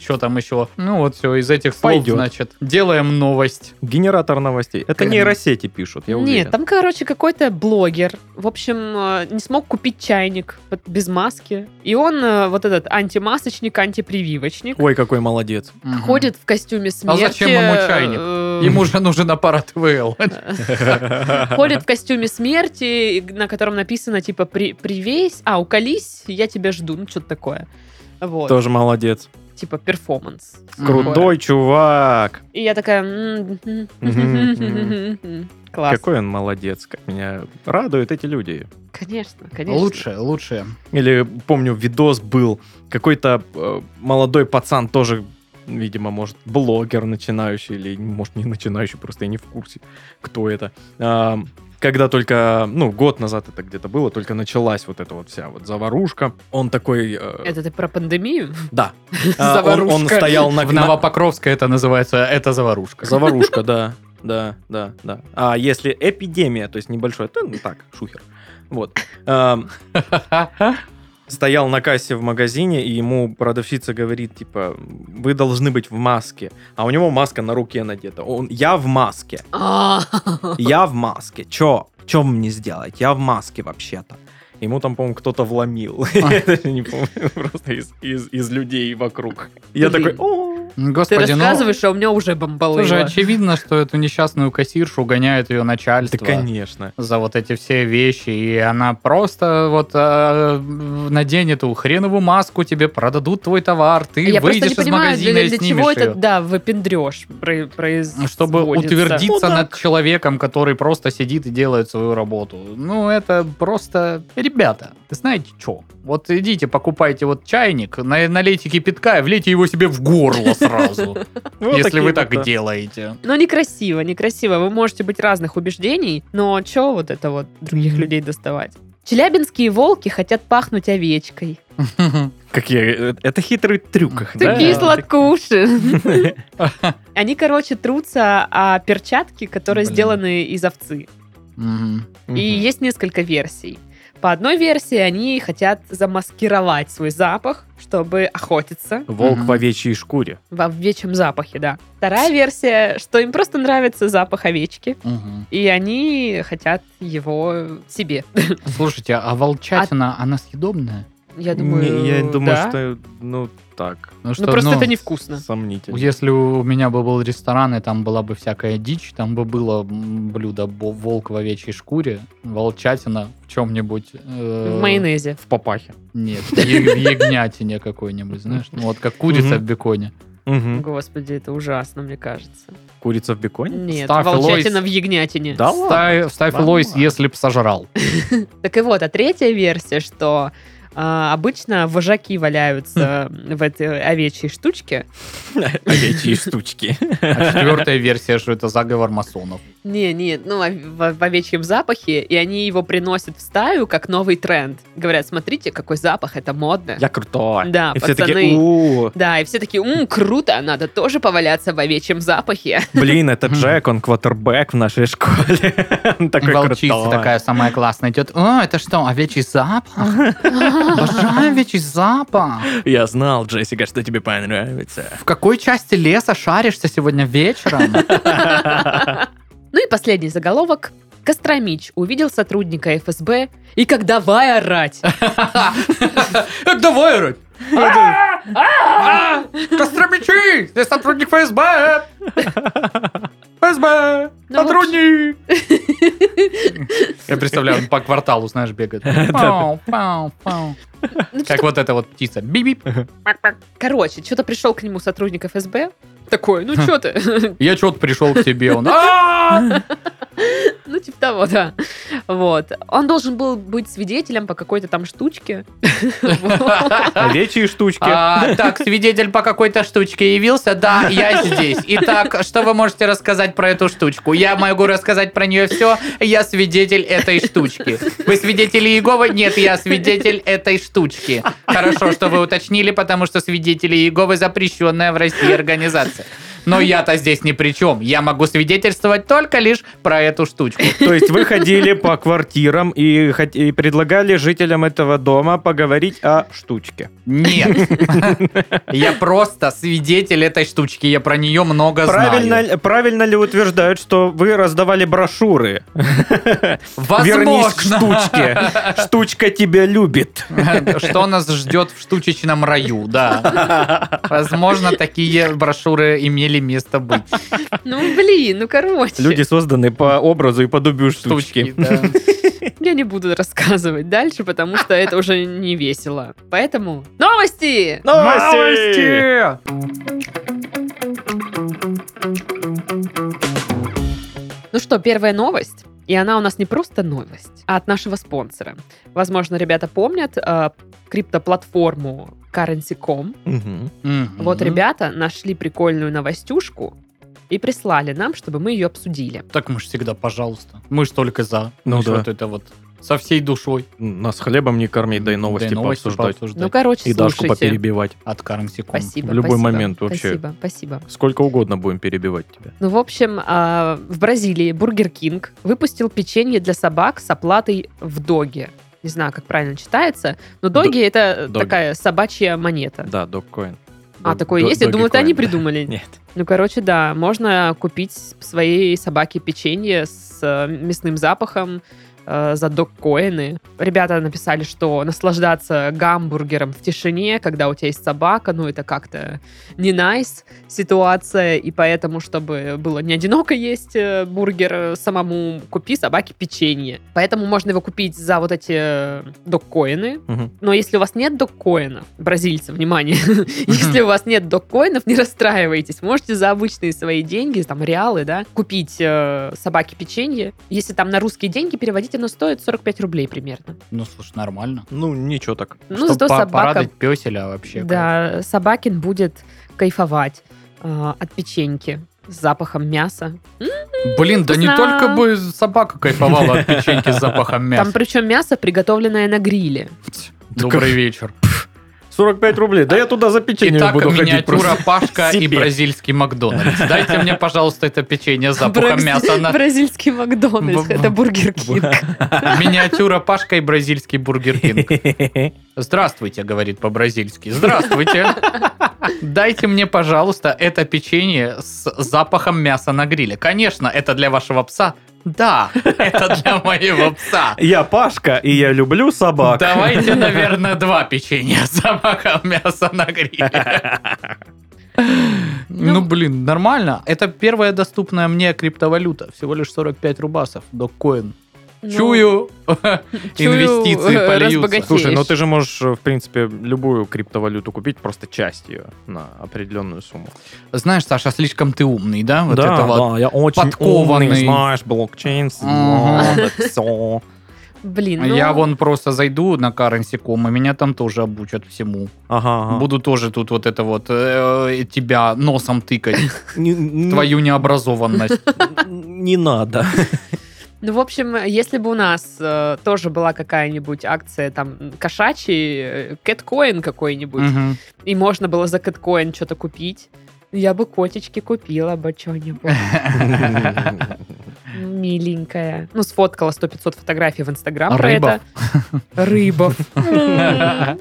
Speaker 3: что там еще. Ну вот все, из этих слов,
Speaker 2: Пойдет.
Speaker 3: значит, делаем новость.
Speaker 2: Генератор новостей. Это
Speaker 3: Конечно.
Speaker 2: нейросети пишут, я уверен.
Speaker 1: Нет, там, короче, какой-то блогер, в общем, э, не смог купить чайник вот, без маски. И он, э, вот этот антимасочник, антипрививочник,
Speaker 2: Ой, какой молодец.
Speaker 3: Мгм.
Speaker 1: ходит в костюме смерти.
Speaker 3: А зачем ему чайник?
Speaker 1: э,
Speaker 3: Ему же нужен аппарат ВЛ.
Speaker 1: Ходит в костюме смерти, на котором написано, типа, «При- привейсь, а, уколись, я тебя жду, ну, что-то такое. Вот,
Speaker 2: Тоже молодец.
Speaker 1: типа, перформанс.
Speaker 2: Крутой чувак.
Speaker 1: И я такая... «М, мгм,
Speaker 2: Мгм,
Speaker 1: мгм, мгм». Класс.
Speaker 2: Какой он молодец, как меня радуют эти люди.
Speaker 1: Конечно, конечно.
Speaker 3: Лучше, лучше.
Speaker 2: Или помню, видос был, какой-то э, молодой пацан тоже, видимо, может, блогер начинающий, или, может, не начинающий, просто я не в курсе, кто это. А, когда только, ну, год назад это где-то было, только началась вот эта вот вся вот заварушка. Он такой... э,
Speaker 1: Это ты про пандемию?
Speaker 2: Да. А, он- Он,
Speaker 1: Заварушка.
Speaker 2: стоял на...
Speaker 3: В
Speaker 2: на-
Speaker 3: Новопокровской это называется, это заварушка.
Speaker 2: Заварушка, да. Да, да, да. А если эпидемия, то есть небольшой, то ну, так, шухер. Вот. А, Ам, стоял на кассе в магазине, и ему продавщица говорит, типа, вы должны быть в маске. А у него маска на руке надета. Он, я в маске.
Speaker 1: А,
Speaker 2: Я в маске. Чё? Чё мне сделать? Я в маске вообще-то. Ему там, по-моему, кто-то вломил.
Speaker 1: А.
Speaker 2: Я даже не помню, просто из- из из людей вокруг. Я
Speaker 1: Блин.
Speaker 2: такой, «О,
Speaker 1: Ты
Speaker 3: Господи, ну,
Speaker 1: рассказываешь, а у меня уже бомбало.
Speaker 3: Тоже очевидно, что эту несчастную кассиршу гоняет ее
Speaker 2: да,
Speaker 3: начальство.
Speaker 2: конечно.
Speaker 3: за вот эти все вещи, и она просто вот э, надень эту хреновую маску, тебе продадут твой товар, ты
Speaker 1: А Я просто
Speaker 3: выйдешь
Speaker 1: не
Speaker 3: из
Speaker 1: понимаю,
Speaker 3: магазина
Speaker 1: для,
Speaker 3: и
Speaker 1: для
Speaker 3: снимешь
Speaker 1: чего это,
Speaker 3: её.
Speaker 1: да, выпендрешь производится.
Speaker 3: Чтобы утвердиться
Speaker 2: Ну,
Speaker 3: над человеком, который просто сидит и делает свою работу. Ну, это просто... Ребята, знаете что? Вот идите, покупайте вот чайник, на- налейте кипятка и влейте его себе в горло сразу,
Speaker 2: Вот
Speaker 3: если
Speaker 2: такие
Speaker 3: вы
Speaker 2: вот,
Speaker 3: так
Speaker 2: да.
Speaker 3: делаете.
Speaker 1: Ну, некрасиво, некрасиво. Вы можете быть разных убеждений, но чё вот это вот других
Speaker 2: Мгм.
Speaker 1: людей доставать? Челябинские волки хотят пахнуть овечкой.
Speaker 2: Как я, э, это хитрый трюк. их, да?
Speaker 1: Такие сладкуши.
Speaker 2: Такие-
Speaker 1: Они, короче, трутся о перчатки, которые
Speaker 3: Блин.
Speaker 1: сделаны из овцы.
Speaker 3: Мгм.
Speaker 1: И есть несколько версий. По одной версии они хотят замаскировать свой запах, чтобы охотиться
Speaker 2: Волк
Speaker 3: Мгм.
Speaker 2: в овечьей шкуре.
Speaker 1: в овечьем запахе, да. Вторая версия, что им просто нравится запах овечки,
Speaker 3: Мгм.
Speaker 1: и они хотят его себе.
Speaker 3: Слушайте, а волчатина, она съедобная?
Speaker 1: Я думаю,
Speaker 2: Не, я думаю,
Speaker 1: да.
Speaker 2: что, ну, так,
Speaker 1: Ну, просто это невкусно.
Speaker 2: сомнительно.
Speaker 3: Если у меня бы был ресторан, и там была бы всякая дичь, там бы было м, блюдо бо- волк в овечьей шкуре, волчатина в чем-нибудь...
Speaker 2: э,
Speaker 1: В майонезе.
Speaker 2: В папахе.
Speaker 3: Нет, в я- в ягнятине какой-нибудь, знаешь. Ну, Вот как курица
Speaker 2: Мгм.
Speaker 3: в беконе.
Speaker 2: Мгм.
Speaker 1: Господи, это ужасно, мне кажется.
Speaker 2: Курица в беконе?
Speaker 1: Нет,
Speaker 3: Ставь
Speaker 1: волчатина
Speaker 3: Лойс.
Speaker 1: в ягнятине.
Speaker 2: Да ладно?
Speaker 3: Ставь ставь
Speaker 2: Нормально.
Speaker 3: Лойс, если б сожрал.
Speaker 1: Так и вот, а третья версия, что а, обычно вожаки валяются
Speaker 2: Хм.
Speaker 1: в этой овечьей штучке.
Speaker 2: Овечьи А штучки.
Speaker 3: А четвертая версия, что это заговор масонов.
Speaker 1: Не, не, ну, о- в, в овечьем запахе, и они его приносят в стаю как новый тренд. Говорят, смотрите, какой запах, это модно.
Speaker 2: Я крутой.
Speaker 1: Да,
Speaker 2: И все
Speaker 1: пацаны.
Speaker 2: такие, «У,
Speaker 1: Да, и все такие, ум, круто, надо тоже поваляться в овечьем запахе.
Speaker 2: блин, это Джек, он квотербек в нашей школе. Он такой
Speaker 3: Волчица
Speaker 2: крутой.
Speaker 3: такая самая классная идет. О, это что, овечий запах? Обожаю овечий запах.
Speaker 2: Я знал, Джессика, что тебе понравится.
Speaker 3: В какой части леса шаришься сегодня вечером?
Speaker 1: Ну и последний заголовок. Костромич увидел сотрудника ФСБ и как давай орать. Ну,
Speaker 3: Так давай орать! А, Костромичи! Ты сотрудник ФСБ! ФСБ!
Speaker 1: Ну, в
Speaker 3: Сотрудник! Я представляю, он по кварталу, знаешь, бегает. Пау, пау, пау.
Speaker 1: Ну,
Speaker 3: Как вот эта вот птица. Бип-бип.
Speaker 1: Короче, что-то пришел к нему сотрудник ФСБ. Такой, ну что ты?
Speaker 3: Я что-то пришел к тебе. Он «А!»
Speaker 1: Ну, типа того, да. Вот. Он должен был быть свидетелем по какой-то там штучке.
Speaker 2: Овечьи штучки.
Speaker 3: А, так, свидетель по какой-то штучке явился. Да, я здесь. Итак, что вы можете рассказать про эту штучку? Я могу рассказать про нее все. Я свидетель этой штучки. Вы свидетели Иеговы? Нет, я свидетель этой штучки. Хорошо, что вы уточнили, потому что свидетели Иеговы запрещенная в России организация. Но я-то здесь ни при чем. Я могу свидетельствовать только лишь про эту штучку.
Speaker 2: То есть вы ходили по квартирам и, хот- и предлагали жителям этого дома поговорить о штучке.
Speaker 3: Нет. Я просто свидетель этой штучки. Я про нее много знаю.
Speaker 2: Правильно, ли- правильно ли утверждают, что вы раздавали брошюры? Вернись к штучке. Штучка тебя любит.
Speaker 3: Что нас ждет в штучечном раю, да. Возможно, такие брошюры имели место быть.
Speaker 1: Ну, блин, ну короче.
Speaker 2: Люди созданы по образу и подобию штучки.
Speaker 3: Штучки, да.
Speaker 1: Я не буду рассказывать дальше, потому что это уже не весело. Поэтому новости! Ну что, первая новость. И она у нас не просто новость, а от нашего спонсора. Возможно, ребята помнят э, криптоплатформу Currency.com.
Speaker 2: Мгм.
Speaker 3: Мгм.
Speaker 1: Вот ребята нашли прикольную новостюшку и прислали нам, чтобы мы ее обсудили.
Speaker 3: Так мы же всегда, пожалуйста. Мы же только за.
Speaker 2: Ну
Speaker 3: Мы ж
Speaker 2: да.
Speaker 3: Вот это вот со всей душой.
Speaker 2: Нас хлебом не кормить, да и новости пообсуждать.
Speaker 1: Ну, короче,
Speaker 2: И Дашку
Speaker 1: слушайте.
Speaker 2: поперебивать.
Speaker 3: От Кармсиком.
Speaker 1: Спасибо.
Speaker 2: В любой
Speaker 1: спасибо,
Speaker 2: момент вообще.
Speaker 1: Спасибо, спасибо.
Speaker 2: Сколько угодно будем перебивать тебя.
Speaker 1: Ну, в общем, а, в Бразилии Бургер Кинг выпустил печенье для собак с оплатой в доге. Не знаю, как правильно читается, но
Speaker 2: Д-
Speaker 1: доги это
Speaker 2: доги.
Speaker 1: такая собачья монета.
Speaker 2: Да, доккоин.
Speaker 1: А,
Speaker 2: Дог-
Speaker 1: такое
Speaker 2: до-
Speaker 1: есть? Я думаю, это
Speaker 2: догикоин.
Speaker 1: они придумали.
Speaker 2: Нет.
Speaker 1: Ну, короче, да, можно купить своей собаке печенье с э, мясным запахом э, за док-коины. Ребята написали, что наслаждаться гамбургером в тишине, когда у тебя есть собака, ну, это как-то не найс ситуация, и поэтому, чтобы было не одиноко есть э, бургер э, самому, купи собаке печенье. Поэтому можно его купить за вот эти э, док-коины,
Speaker 2: Мгм.
Speaker 1: но если у вас нет доккоинов, бразильцы, внимание, если у вас нет доккоинов, не расстраивайтесь. Можете за обычные свои деньги, там реалы, да, купить э, собаке печенье. Если там на русские деньги переводить, оно стоит 45 рублей примерно.
Speaker 3: Ну, слушай, нормально.
Speaker 2: Ну, ничего так.
Speaker 1: Ну,
Speaker 3: Чтоб
Speaker 1: зато
Speaker 3: по-
Speaker 1: собака...
Speaker 3: Порадовать пёселя вообще.
Speaker 1: Да, собакин будет кайфовать э, от печеньки с запахом мяса. М,
Speaker 3: Блин, да не
Speaker 1: Вкусно.
Speaker 3: только бы собака кайфовала от печеньки с запахом
Speaker 1: Там
Speaker 3: мяса.
Speaker 1: причем мясо, приготовленное на гриле.
Speaker 3: Добрый вечер.
Speaker 2: 45 рублей. Да я туда за печеньем
Speaker 3: Итак,
Speaker 2: буду ходить
Speaker 3: миниатюра
Speaker 2: просто.
Speaker 3: Пашка и
Speaker 2: Себе.
Speaker 3: бразильский Макдональдс. Дайте мне, пожалуйста, это печенье с запахом
Speaker 1: Бразиль-
Speaker 3: мяса. на-
Speaker 1: Бразильский Макдональдс,
Speaker 3: Б-
Speaker 1: это Бургер Кинг.
Speaker 3: Миниатюра Пашка и бразильский Бургер Кинг. Здравствуйте, говорит по-бразильски. Здравствуйте. Дайте мне, пожалуйста, это печенье с запахом мяса на гриле. Конечно, это для вашего пса. Да, это для моего пса.
Speaker 2: Я Пашка, и я люблю собак.
Speaker 3: Давайте, наверное, два печенья с запахом мяса на гриле. Ну, блин, нормально. Это первая доступная мне криптовалюта. Всего лишь 45 рубасов. Доккоин.
Speaker 1: Ну,
Speaker 3: Чую.
Speaker 1: чую,
Speaker 3: Инвестиции
Speaker 1: э,
Speaker 3: польются.
Speaker 1: разбогатеешь.
Speaker 2: Слушай, ну ты же можешь, в принципе, любую криптовалюту купить, просто часть ее на определенную сумму.
Speaker 3: Знаешь, Саша, слишком ты умный, да? Вот это вот.
Speaker 2: я очень
Speaker 3: подкованный.
Speaker 2: умный, знаешь, блокчейн,
Speaker 3: Ага.
Speaker 2: все.
Speaker 1: Блин, ну...
Speaker 3: Я вон просто зайду на Currency.com, и меня там тоже обучат всему.
Speaker 2: Ага.
Speaker 3: Буду тоже тут вот это вот э, тебя носом тыкать,
Speaker 2: Не- не-
Speaker 3: твою необразованность.
Speaker 2: Не надо.
Speaker 1: Ну, в общем, если бы у нас э, тоже была какая-нибудь акция, там, кошачий, э, кэткоин какой-нибудь,
Speaker 3: Мгм.
Speaker 1: и можно было за кэткоин что-то купить, я бы котички купила бы что-нибудь миленькое. Ну, сфоткала 100-500 фотографий в Инстаграм про
Speaker 3: Рыбов.
Speaker 1: это. Рыбов. М,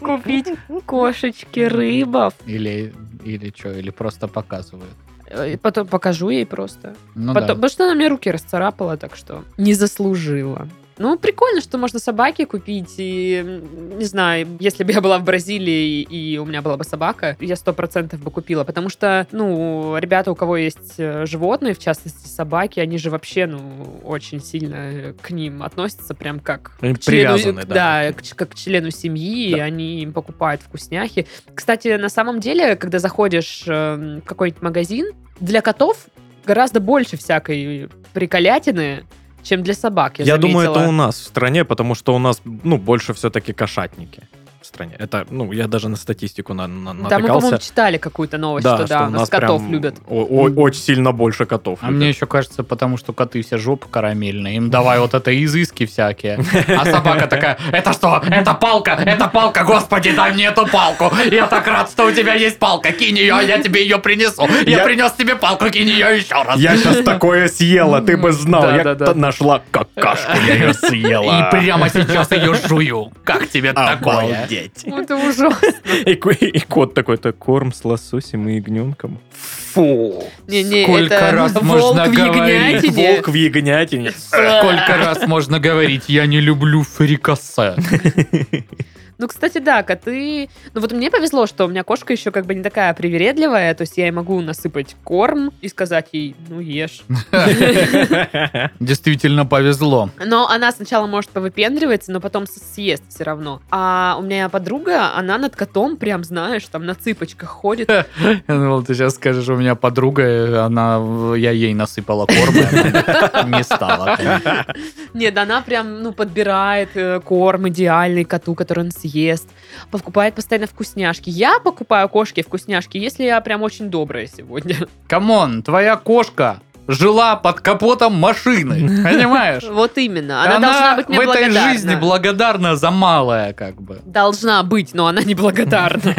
Speaker 1: Купить кошечки рыбов.
Speaker 3: Или, или что, или просто показывают.
Speaker 1: Э, Потом покажу ей просто.
Speaker 3: Ну
Speaker 1: Потом-
Speaker 3: да.
Speaker 1: Потому что она мне руки расцарапала, так что не заслужила. Ну, прикольно, что можно собаки купить, и, м, не знаю, если бы я была в Бразилии, и у меня была бы собака, я сто процентов бы купила, потому что, ну, ребята, у кого есть э, животные, в частности, собаки, они же вообще, ну, очень сильно э, к ним относятся, прям как...
Speaker 2: Они
Speaker 1: к члену-
Speaker 2: привязаны, да.
Speaker 1: Да, к ч- как к члену семьи, и
Speaker 2: Да.
Speaker 1: они им покупают вкусняхи. Кстати, на самом деле, когда заходишь э, в какой-нибудь магазин, для котов гораздо больше всякой приколятины, чем для собак. Я,
Speaker 2: Я думаю, это
Speaker 1: заметила.
Speaker 2: у нас в стране, потому что у нас, ну, больше все-таки кошатники в стране. Это, ну, я даже на статистику на, на-
Speaker 1: Да, мы, по-моему,
Speaker 2: натыкался.
Speaker 1: читали какую-то новость, что да, у нас котов
Speaker 2: прям
Speaker 1: любят.
Speaker 2: о- о- очень сильно больше котов.
Speaker 3: А
Speaker 2: любят.
Speaker 3: мне еще кажется, потому что коты все жопы карамельные. Им давай вот это изыски всякие. А собака такая, это что? Это палка? Это палка? Господи, дай мне эту палку. Я так рад, что у тебя есть палка. Кинь ее, я тебе ее принесу. Я,
Speaker 2: Я-
Speaker 3: принес тебе палку, кинь ее еще раз.
Speaker 2: Я сейчас такое съела, ты бы знал.
Speaker 1: Да,
Speaker 2: я
Speaker 1: да, да.
Speaker 2: т- нашла какашку, я ее съела.
Speaker 3: И прямо сейчас ее жую. Как тебе такое?
Speaker 2: Обалдеть.
Speaker 1: Ну, Это ужасно.
Speaker 2: И, ку- и кот такой-то корм с лососем и ягненком. Фу.
Speaker 1: Не-не,
Speaker 3: Сколько
Speaker 1: это
Speaker 3: раз
Speaker 1: волк
Speaker 3: можно
Speaker 1: в
Speaker 3: говорить?
Speaker 1: ягнятине.
Speaker 2: Волк в ягнятине.
Speaker 3: Сколько раз можно говорить, я не люблю фрикасе.
Speaker 1: Ну, кстати, да, коты... Ну, вот мне повезло, что у меня кошка еще как бы не такая привередливая, то есть я ей могу насыпать корм и сказать ей, ну, ешь.
Speaker 3: Действительно повезло.
Speaker 1: Но она сначала может повыпендриваться, но потом с- съест все равно. А у меня подруга, она над котом прям, знаешь, там на цыпочках ходит.
Speaker 3: Я думал, ты сейчас скажешь, у меня подруга, э, она, я ей насыпала корм, и она не стала. конечно.
Speaker 1: Нет, она прям, ну, подбирает э, корм идеальный коту, который он съест. Покупает постоянно вкусняшки. Я покупаю кошке вкусняшки, если я прям очень добрая сегодня.
Speaker 3: Камон, твоя кошка жила под капотом машины, понимаешь?
Speaker 1: Вот именно. Она, должна быть мне
Speaker 3: в этой
Speaker 1: благодарна.
Speaker 3: жизни благодарна за малое, как бы.
Speaker 1: Должна быть, но она неблагодарна.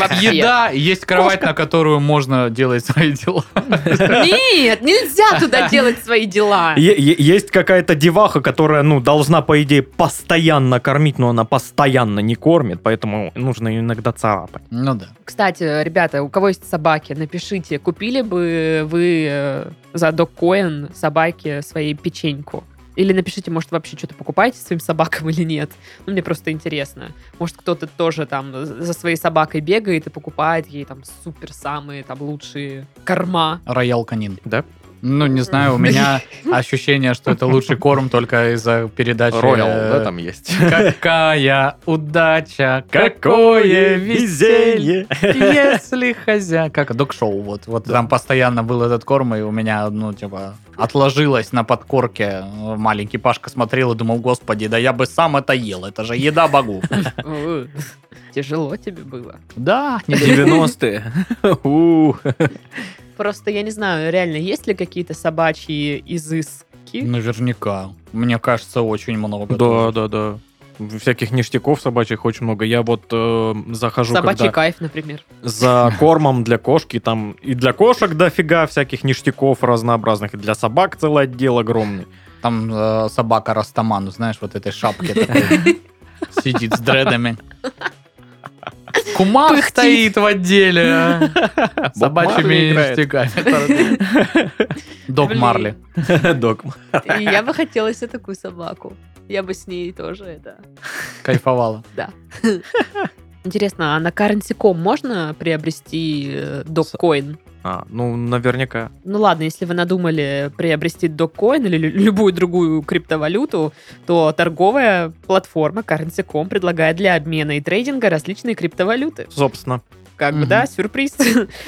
Speaker 1: Вообще.
Speaker 3: еда, есть кровать, на которую можно делать свои дела.
Speaker 1: Нет, нельзя туда делать свои дела.
Speaker 2: Е- е- Есть какая-то деваха, которая, ну, должна, по идее, постоянно кормить, но она постоянно не кормит, поэтому нужно ее иногда царапать.
Speaker 3: Ну да.
Speaker 1: Кстати, ребята, у кого есть собаки, напишите, купили бы вы э, за доккоин собаке своей печеньку? Или напишите, может, вообще что-то покупаете своим собакам или нет. Ну, мне просто интересно. Может, кто-то тоже там за своей собакой бегает и покупает ей там супер самые там лучшие корма.
Speaker 3: Роял Канин.
Speaker 2: Да?
Speaker 3: Ну, не знаю, у меня ощущение, что это лучший корм только из-за передачи... э,
Speaker 2: есть.
Speaker 3: Какая удача, какое везелье, если хозяин... Как док-шоу, вот, вот
Speaker 2: Да.
Speaker 3: там постоянно был этот корм, и у меня, ну, типа, отложилось на подкорке. Маленький Пашка смотрел и думал, господи, да я бы сам это ел, это же еда богу.
Speaker 1: Э, Тяжело тебе было.
Speaker 3: Да, не-
Speaker 2: 90-е. У.
Speaker 1: Просто я не знаю, реально, есть ли какие-то собачьи изыски?
Speaker 3: наверняка. Мне кажется, очень много.
Speaker 2: Да,
Speaker 3: тоже.
Speaker 2: да, да. Всяких ништяков собачьих очень много. Я вот э, захожу
Speaker 1: Собачий
Speaker 2: когда
Speaker 1: кайф, например.
Speaker 2: за кормом для кошки, там и для кошек дофига всяких ништяков разнообразных, и для собак целый отдел огромный.
Speaker 3: Там э, собака Растаману, знаешь, вот этой шапке такой. Сидит с дредами. Кумар
Speaker 1: Пыхтит.
Speaker 3: стоит в отделе. а.
Speaker 2: Боб Марли
Speaker 3: Собачьими
Speaker 2: играет.
Speaker 3: стеками. Док
Speaker 1: Блин.
Speaker 3: Марли.
Speaker 2: Док.
Speaker 1: И я бы хотела себе такую собаку. Я бы с ней тоже это.
Speaker 3: Кайфовала.
Speaker 1: Интересно, а на Currency.com можно приобрести э, доккоин?
Speaker 2: А, ну, наверняка.
Speaker 1: Ну ладно, если вы надумали приобрести доккоин или лю- любую другую криптовалюту, то торговая платформа Currency.com предлагает для обмена и трейдинга различные криптовалюты.
Speaker 2: Собственно,
Speaker 1: Как бы,
Speaker 3: Мгм.
Speaker 1: да, сюрприз.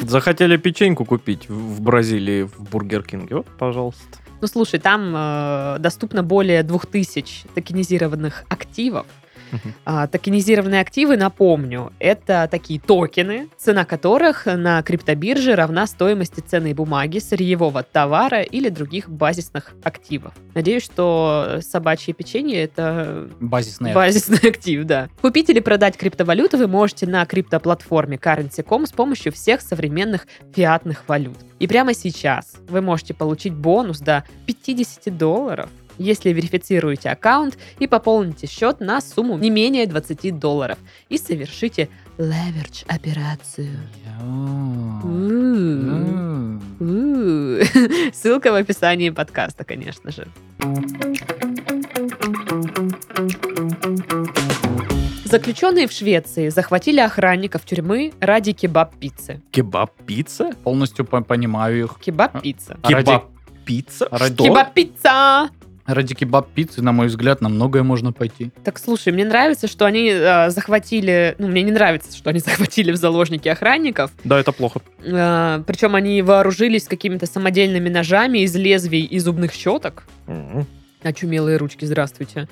Speaker 2: захотели печеньку купить в в Бразилии, в Бургер Кинге. Вот, пожалуйста.
Speaker 1: Ну, слушай, там э, доступно более 2000 токенизированных активов.
Speaker 2: Мгм.
Speaker 1: А, токенизированные активы, напомню, это такие токены, цена которых на криптобирже равна стоимости ценной бумаги, сырьевого товара или других базисных активов. Надеюсь, что собачье печенье — это
Speaker 3: Базисная.
Speaker 1: Базисный актив, да. Купить или продать криптовалюту вы можете на криптоплатформе Currency.com с помощью всех современных фиатных валют. И прямо сейчас вы можете получить бонус до 50 долларов, если верифицируете аккаунт и пополните счет на сумму не менее 20 долларов и совершите leverage операцию.
Speaker 3: М.
Speaker 1: М.
Speaker 3: М.
Speaker 1: У. Ссылка в описании подкаста, конечно же. Заключенные в Швеции захватили охранников тюрьмы ради кебаб-пиццы.
Speaker 2: Кебаб-пицца?
Speaker 3: Полностью по- понимаю их.
Speaker 1: Кебаб-пицца.
Speaker 3: А ради-
Speaker 2: Кебаб-пицца?
Speaker 3: ради-
Speaker 2: Что?
Speaker 1: Кебаб-пицца!
Speaker 3: Ради кебаб-пиццы, на мой взгляд, на многое можно пойти.
Speaker 1: Так, слушай, мне нравится, что они э, захватили... Ну, мне не нравится, что они захватили в заложники охранников.
Speaker 2: Да, это плохо.
Speaker 1: Э, причем они вооружились какими-то самодельными ножами из лезвий и зубных щеток.
Speaker 2: М.
Speaker 1: Очумелые ручки, здравствуйте.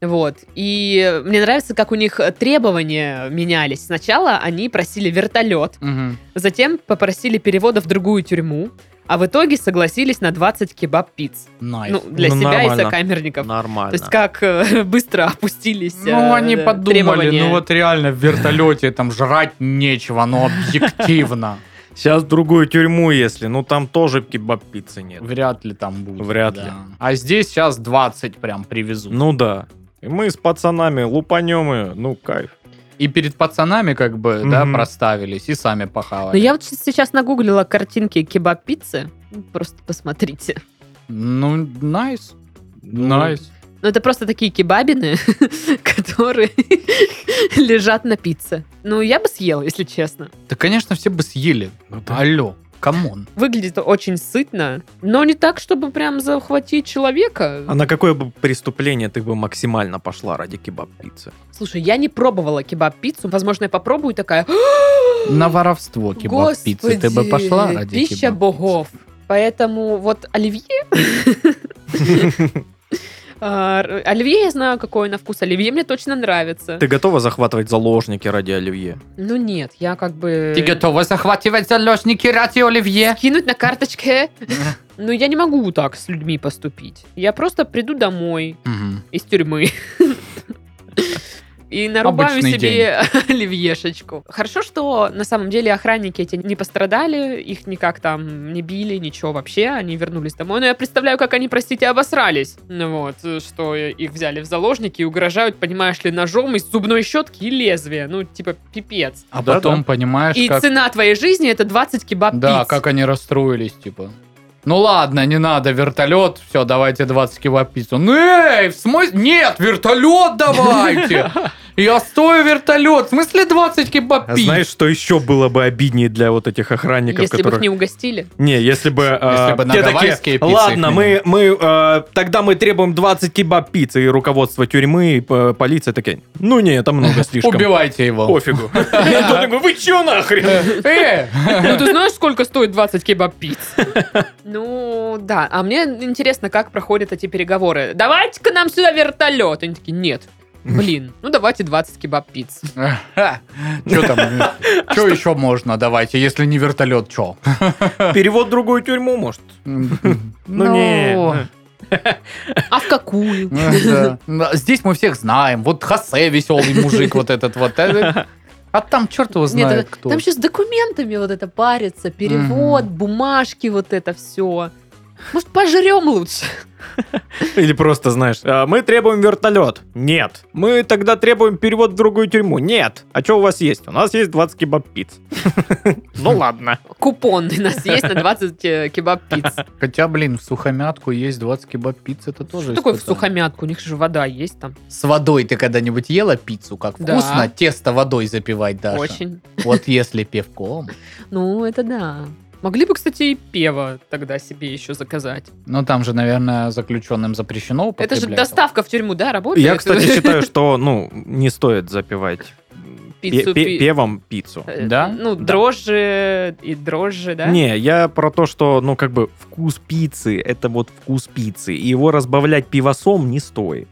Speaker 1: Вот. И мне нравится, как у них требования менялись. Сначала они просили вертолет,
Speaker 3: Мгм.
Speaker 1: затем попросили перевода в другую тюрьму, а в итоге согласились на 20 кебаб-пиц.
Speaker 3: Найс.
Speaker 1: Ну, для
Speaker 2: Ну,
Speaker 1: себя и
Speaker 2: нормально.
Speaker 1: сокамерников.
Speaker 2: Нормально.
Speaker 1: То есть как э, быстро опустились э,
Speaker 3: Ну, они
Speaker 1: э,
Speaker 3: подумали,
Speaker 1: требования.
Speaker 3: ну вот реально в вертолете там жрать нечего, но объективно.
Speaker 2: Сейчас другую тюрьму, если. Ну, там тоже кебаб-пиццы нет.
Speaker 3: Вряд ли там будет.
Speaker 2: Вряд
Speaker 3: да.
Speaker 2: ли.
Speaker 3: А здесь сейчас 20 прям привезут.
Speaker 2: Ну да. И мы с пацанами лупанем ее. Ну, кайф.
Speaker 3: И перед пацанами как бы, да,
Speaker 2: Мгм.
Speaker 3: проставились и сами
Speaker 1: Но
Speaker 3: похавали.
Speaker 1: Ну, я вот щас- сейчас нагуглила картинки кебаб-пиццы. Ну, Просто посмотрите.
Speaker 3: Ну, найс. Найс.
Speaker 1: Ну, это просто такие кебабины, которые лежат на пицце. Ну, я бы съела, если честно.
Speaker 3: Да, конечно, все бы съели.
Speaker 2: Ну да.
Speaker 3: Алло, камон.
Speaker 1: Выглядит очень сытно, но не так, чтобы прям захватить человека.
Speaker 2: А на какое бы преступление ты бы максимально пошла ради кебаб-пиццы?
Speaker 1: Слушай, я не пробовала кебаб-пиццу. Возможно, я попробую и такая...
Speaker 3: На воровство кебаб-пиццы ты бы
Speaker 1: «Господи,
Speaker 3: пошла ради
Speaker 1: Пища
Speaker 3: кебаб-пиццы?
Speaker 1: богов. Поэтому вот оливье... а, р- Оливье, я знаю, какой на вкус. Оливье мне точно нравится.
Speaker 2: Ты готова захватывать заложники ради оливье?
Speaker 1: Ну нет, я как бы...
Speaker 3: Ты готова захватывать заложники ради Оливье?
Speaker 1: кинуть на карточке.
Speaker 3: Э.
Speaker 1: Ну, я не могу так с людьми поступить. Я просто приду домой
Speaker 3: Мгм.
Speaker 1: из тюрьмы. И нарубаю
Speaker 3: Обычный
Speaker 1: себе оливьешечку. Хорошо, что на самом деле охранники эти не пострадали, их никак там не били, ничего вообще, они вернулись домой. Но я представляю, как они, простите, обосрались. Ну вот, э, что их взяли в заложники и угрожают, понимаешь ли, ножом из зубной щетки и лезвия. Ну, типа, пипец.
Speaker 3: А
Speaker 2: Да,
Speaker 3: потом,
Speaker 2: да.
Speaker 3: понимаешь,
Speaker 1: И
Speaker 3: как...
Speaker 1: цена твоей жизни это 20 кебаб
Speaker 3: Да, как они расстроились, типа. Ну ладно, не надо, вертолет, все, давайте 20 килопиццу. Ну эй, в смысле? Нет, вертолет давайте! Я стою вертолет, в смысле 20
Speaker 2: А
Speaker 3: кебабиц?
Speaker 2: знаешь, что еще было бы обиднее для вот этих охранников,
Speaker 1: Если бы
Speaker 2: которых...
Speaker 1: их не угостили.
Speaker 2: Не, если бы... а,
Speaker 3: Если бы на
Speaker 2: те
Speaker 3: гавайские
Speaker 2: такие,
Speaker 3: пиццы
Speaker 2: Ладно,
Speaker 3: их
Speaker 2: мы, мы а, тогда мы требуем 20 кебаб пиццы и руководство тюрьмы, и а, полиция такие, ну не, это много слишком.
Speaker 3: Убивайте его.
Speaker 2: Пофигу. Я тут такой, вы че нахрен?
Speaker 3: Э,
Speaker 1: Ну, ты знаешь, сколько стоит 20 кебаб-пиц? Ну, да. А мне интересно, как проходят эти переговоры. Давайте-ка нам сюда вертолет. Они такие, нет. Блин, ну давайте 20 кебаб-пиц.
Speaker 3: Че э». там? Че еще можно? Давайте, если не вертолет, че?
Speaker 2: Перевод в другую тюрьму, может? Ну не.
Speaker 1: А в какую?
Speaker 3: Ну, Да. Да, Здесь мы всех знаем. Вот Хосе веселый мужик, вот этот вот. А там черт его
Speaker 1: Нет,
Speaker 3: знает
Speaker 1: это-
Speaker 3: кто.
Speaker 1: там еще с документами вот это парится, перевод, бумажки, вот это все. Может, пожрем лучше?
Speaker 2: Или просто, знаешь, «А, мы требуем вертолет. Нет. Мы тогда требуем перевод в другую тюрьму. Нет. А что у вас есть? У нас есть 20 кебаб пиц. Ну ладно.
Speaker 1: Купон у нас есть на 20 э, кебаб-пиц.
Speaker 3: Хотя, блин, в сухомятку есть 20 кебаб пиццы, это тоже
Speaker 1: Что такое в
Speaker 3: испытание.
Speaker 1: сухомятку? У них же вода есть там.
Speaker 3: С водой ты когда-нибудь ела пиццу? Как
Speaker 1: Да.
Speaker 3: вкусно тесто водой запивать даже.
Speaker 1: Очень.
Speaker 3: Вот если пивком.
Speaker 1: Ну, это да. Могли бы, кстати, и пиво тогда себе еще заказать.
Speaker 3: Ну, там же, наверное, заключенным запрещено
Speaker 1: Это же
Speaker 3: употреблять.
Speaker 1: доставка в тюрьму, да, работает?
Speaker 2: Я, кстати, считаю, что, ну, не стоит запивать пе-
Speaker 1: Пиццу,
Speaker 2: пе-
Speaker 1: пи-
Speaker 2: певом пиццу.
Speaker 1: Э,
Speaker 3: Да?
Speaker 1: Ну,
Speaker 2: Да.
Speaker 1: дрожжи и дрожжи, да?
Speaker 2: Не, я про то, что, ну, как бы вкус пиццы, это вот вкус пиццы, и его разбавлять пивосом не стоит.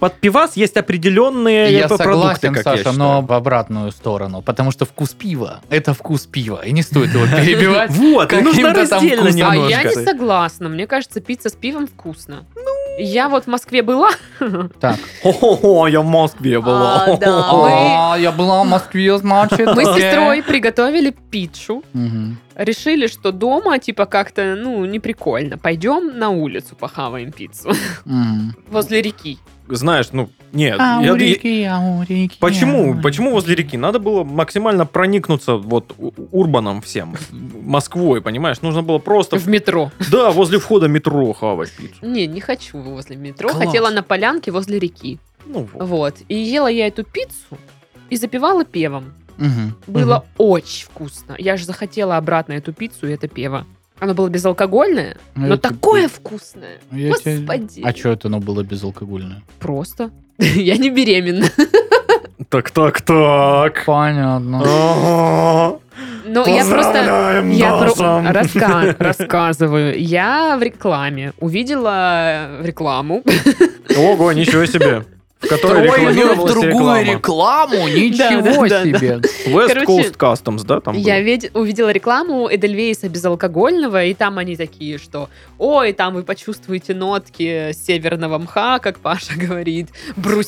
Speaker 2: Под пивас есть определенные
Speaker 3: Я
Speaker 2: это, Э, продукты,
Speaker 3: согласен,
Speaker 2: как я
Speaker 3: Саша,
Speaker 2: считаю.
Speaker 3: но в обратную сторону. Потому что вкус пива – это вкус пива. И не стоит его перебивать.
Speaker 2: Вот, и нужно
Speaker 3: каким-то там
Speaker 2: раздельно
Speaker 3: вкусом.
Speaker 1: А
Speaker 2: немножко.
Speaker 1: я не согласна. Мне кажется, пицца с пивом вкусно. Я вот в Москве была.
Speaker 3: Так.
Speaker 2: О, я в Москве была.
Speaker 1: А, да, мы-
Speaker 3: А, я была в Москве, значит.
Speaker 1: Мы с
Speaker 3: окей.
Speaker 1: сестрой приготовили пиццу.
Speaker 3: Мгм.
Speaker 1: Решили, что дома, типа, как-то, ну, не прикольно. Пойдем на улицу похаваем пиццу.
Speaker 3: Мгм.
Speaker 1: Возле реки.
Speaker 2: Знаешь, ну, нет.
Speaker 3: А,
Speaker 2: я- я-
Speaker 3: Аурики, аурики,
Speaker 2: Почему?
Speaker 3: аурики.
Speaker 2: Почему возле реки? Надо было максимально проникнуться вот у- урбаном всем, Москвой, понимаешь? Нужно было просто,
Speaker 1: В метро.
Speaker 2: да, возле входа метро хавать пиццу.
Speaker 1: Не, не хочу возле метро.
Speaker 3: Класс.
Speaker 1: Хотела на полянке возле реки.
Speaker 2: Ну, вот.
Speaker 1: Вот. И ела я эту пиццу и запивала певом.
Speaker 3: Мгм.
Speaker 1: Было очень вкусно. Я же захотела обратно эту пиццу и это пиво. Оно было безалкогольное,
Speaker 3: Ну,
Speaker 1: но
Speaker 3: это-
Speaker 1: такое вкусное.
Speaker 3: Я
Speaker 1: Господи.
Speaker 3: тебя- А что это оно было безалкогольное?
Speaker 1: Просто. Я не беременна.
Speaker 2: Так, так, так.
Speaker 3: Понятно.
Speaker 2: Ага.
Speaker 1: Ну, я просто... Я про- раска- рассказываю. Я в рекламе увидела рекламу.
Speaker 2: Ого, ничего себе. В которой
Speaker 3: в
Speaker 2: рекламировалась
Speaker 3: другую
Speaker 2: реклама.
Speaker 3: рекламу? Ничего
Speaker 1: да, да.
Speaker 3: себе.
Speaker 2: West
Speaker 1: Короче,
Speaker 2: Coast Customs, да, там
Speaker 1: Я
Speaker 2: был?
Speaker 1: ведь увидела рекламу Эдельвейса безалкогольного, и там они такие, что «Ой, там вы почувствуете нотки северного мха, как Паша говорит,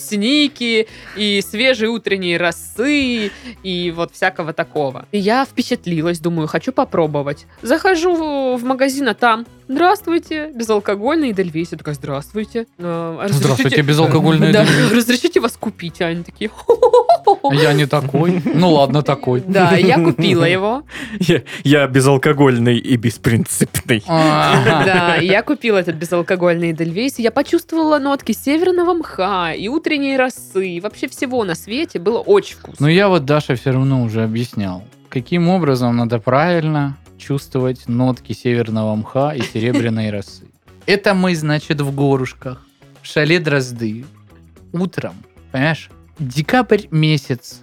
Speaker 1: брусники и свежей утренней росы, и вот всякого такого». И я впечатлилась, думаю, хочу попробовать. Захожу в, в магазин, а там «Здравствуйте, безалкогольный Эдельвейс». Я такая «Здравствуйте». «Э, разрешите-
Speaker 3: Здравствуйте, безалкогольный
Speaker 1: Да,
Speaker 3: Эдельвейс».
Speaker 1: «Разрешите вас купить?» А они такие
Speaker 3: А Я не такой. Ну ладно, такой.
Speaker 1: Да, я купила его.
Speaker 2: Я- Я безалкогольный и беспринципный.
Speaker 3: Ага.
Speaker 1: Да, и я купила этот безалкогольный Эдельвейс, и я почувствовала нотки северного мха и утренней росы, и вообще всего на свете было очень
Speaker 3: Но
Speaker 1: вкусно.
Speaker 3: Ну, я вот Даша все равно уже объяснял, каким образом надо правильно чувствовать нотки северного мха и серебряной росы. Это мы, значит, в горушках, в шале дрозды, утром, понимаешь, декабрь месяц,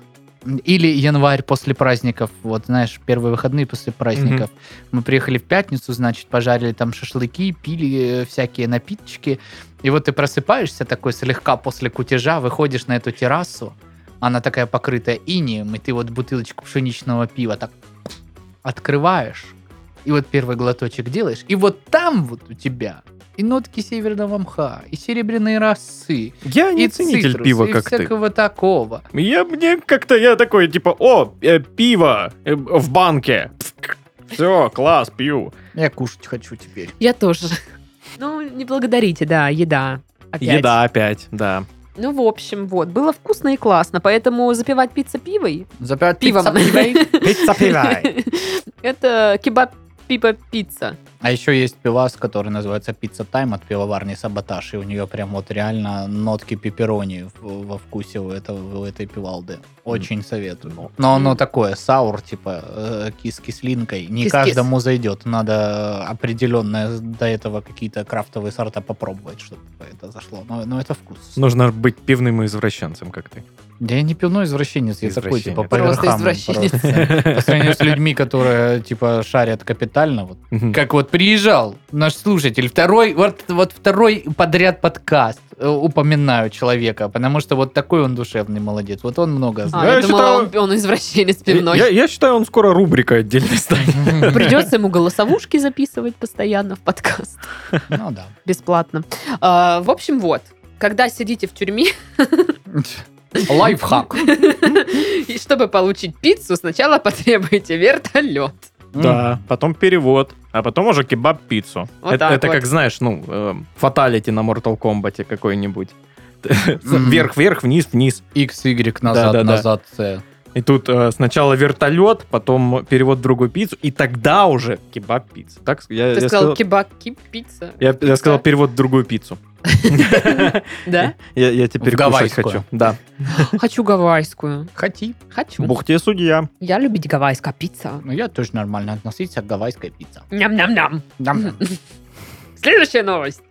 Speaker 3: или январь после праздников, вот, знаешь, первые выходные после праздников. Мы приехали в пятницу, значит, пожарили там шашлыки, пили э, всякие напиточки, и вот ты просыпаешься такой слегка после кутежа, выходишь на эту террасу, она такая покрытая инием, и ты вот бутылочку пшеничного пива так открываешь, и вот первый глоточек делаешь, и вот там вот у тебя и нотки северного мха, и серебряные росы,
Speaker 2: Я
Speaker 3: и
Speaker 2: не ценитель
Speaker 3: цитрус,
Speaker 2: пива,
Speaker 3: и
Speaker 2: как ты.
Speaker 3: всякого такого.
Speaker 2: Я мне как-то, я такой, типа, о, э, пиво э, в банке. Все, класс, пью.
Speaker 3: Я кушать хочу теперь.
Speaker 1: Я тоже. Ну, не благодарите, да, еда. Опять.
Speaker 2: Еда опять, да.
Speaker 1: Ну, в общем, вот. Было вкусно и классно, поэтому запивать пицца пивой...
Speaker 3: Запивать
Speaker 1: Пивом.
Speaker 2: Пицца пивай.
Speaker 1: Это кебаб пипа пицца.
Speaker 3: А еще есть пивас, который называется Пицца Тайм от пивоварни Саботаж, и у нее прям вот реально нотки пепперони в- во вкусе у, этого, у этой пивалды. Очень
Speaker 2: Ну.
Speaker 3: советую. Но оно
Speaker 1: М.
Speaker 3: такое, саур, типа, э, кис кислинкой. Не
Speaker 1: Кис-кис.
Speaker 3: каждому зайдет. Надо определенное до этого какие-то крафтовые сорта попробовать, чтобы это зашло. Но, но это вкус.
Speaker 2: Нужно быть пивным извращенцем, как ты.
Speaker 3: Да я не пивной извращенец, я такой,
Speaker 2: Извращенец.
Speaker 3: типа, по
Speaker 1: Просто
Speaker 3: верхам
Speaker 1: извращенец.
Speaker 3: просто. По сравнению с людьми, которые, типа, шарят капитально, вот как вот приезжал наш слушатель, второй, вот, вот второй подряд подкаст э, упоминаю человека, потому что вот такой он душевный молодец, вот он много
Speaker 1: А,
Speaker 3: знает.
Speaker 2: Я
Speaker 1: я, думала,
Speaker 2: считаю-
Speaker 1: он, он извращенец пивной.
Speaker 2: Я я считаю, он скоро рубрика отдельно станет.
Speaker 1: Придется ему голосовушки записывать постоянно в подкаст.
Speaker 3: Ну да.
Speaker 1: Бесплатно. А, в общем, вот. Когда сидите в тюрьме,
Speaker 3: Лайфхак.
Speaker 1: И чтобы получить пиццу, сначала потребуйте вертолет.
Speaker 2: Да, потом перевод, а потом уже кебаб-пиццу.
Speaker 1: Вот
Speaker 2: это
Speaker 1: так
Speaker 2: это
Speaker 1: вот.
Speaker 2: как, знаешь, ну, эм, фаталити на Mortal Kombat какой-нибудь.
Speaker 3: Мгм.
Speaker 2: Вверх-вверх, вниз-вниз.
Speaker 3: X, Y, назад,
Speaker 2: Да-да-да.
Speaker 3: назад, C.
Speaker 2: И тут э, сначала вертолет, потом перевод в другую пиццу, и тогда уже кебаб-пицца. Так, я,
Speaker 1: Ты
Speaker 2: я
Speaker 1: Э, сказал кебаб, кип, пицца.
Speaker 2: я- я сказал
Speaker 1: Да.
Speaker 2: перевод в другую пиццу.
Speaker 1: Да?
Speaker 2: Я, я теперь кушать
Speaker 3: В гавайскую.
Speaker 2: хочу. Да.
Speaker 1: Хочу гавайскую.
Speaker 3: Хоти.
Speaker 1: Хочу.
Speaker 2: Бог тебе судья.
Speaker 1: Я любить гавайская пицца.
Speaker 3: Ну я тоже нормально относиться к гавайской пицце.
Speaker 1: Ням-ням-ням.
Speaker 3: Ням-ням.
Speaker 1: Следующая новость.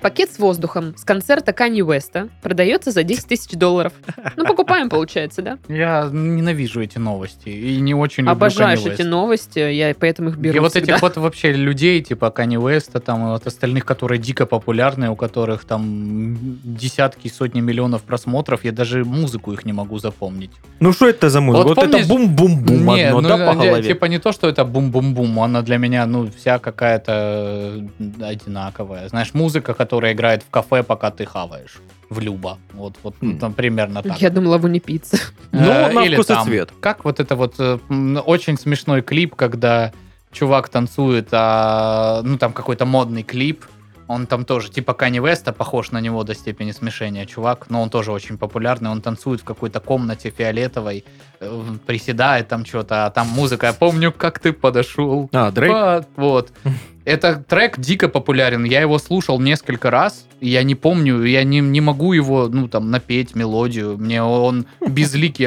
Speaker 1: Пакет с воздухом с концерта Канье Уэста продается за 10 тысяч долларов. Ну, покупаем, получается, да?
Speaker 3: Я ненавижу эти новости и не очень люблю
Speaker 1: Обожаешь
Speaker 3: Kanye West.
Speaker 1: эти новости, я поэтому их беру
Speaker 3: и вот
Speaker 1: всегда.
Speaker 3: этих вот вообще людей, типа Кани Уэста, там, и вот остальных, которые дико популярны, у которых там десятки, сотни миллионов просмотров, я даже музыку их не могу запомнить.
Speaker 2: Ну что это за музыка?
Speaker 3: Вот
Speaker 2: Вот, это
Speaker 3: помнишь-
Speaker 2: бум-бум-бум
Speaker 3: Не,
Speaker 2: одно,
Speaker 3: ну,
Speaker 2: да, по
Speaker 3: я-
Speaker 2: голове?
Speaker 3: типа не то, что это бум-бум-бум, она для меня, ну, вся какая-то э, одинаковая. Знаешь, музыка, которая играет в кафе, пока ты хаваешь. В Люба. Вот, вот ну,
Speaker 2: Хм.
Speaker 3: там примерно так.
Speaker 1: Я думала, в пицца.
Speaker 2: Ну,
Speaker 3: Э,
Speaker 2: на
Speaker 3: или
Speaker 2: вкус и
Speaker 3: там,
Speaker 2: цвет.
Speaker 3: Как вот это вот э, м, очень смешной клип, когда чувак танцует, а, ну там какой-то модный клип, он там тоже типа Кани Веста похож на него до степени смешения чувак, но он тоже очень популярный, он танцует в какой-то комнате фиолетовой, э, приседает там что-то, а там музыка. Я помню, как ты подошел.
Speaker 2: А, Дрейк?
Speaker 3: Вот, Вот. Это трек дико популярен. Я его слушал несколько раз. и Я не помню, я не, не могу его, ну, там, напеть мелодию. Мне он безликий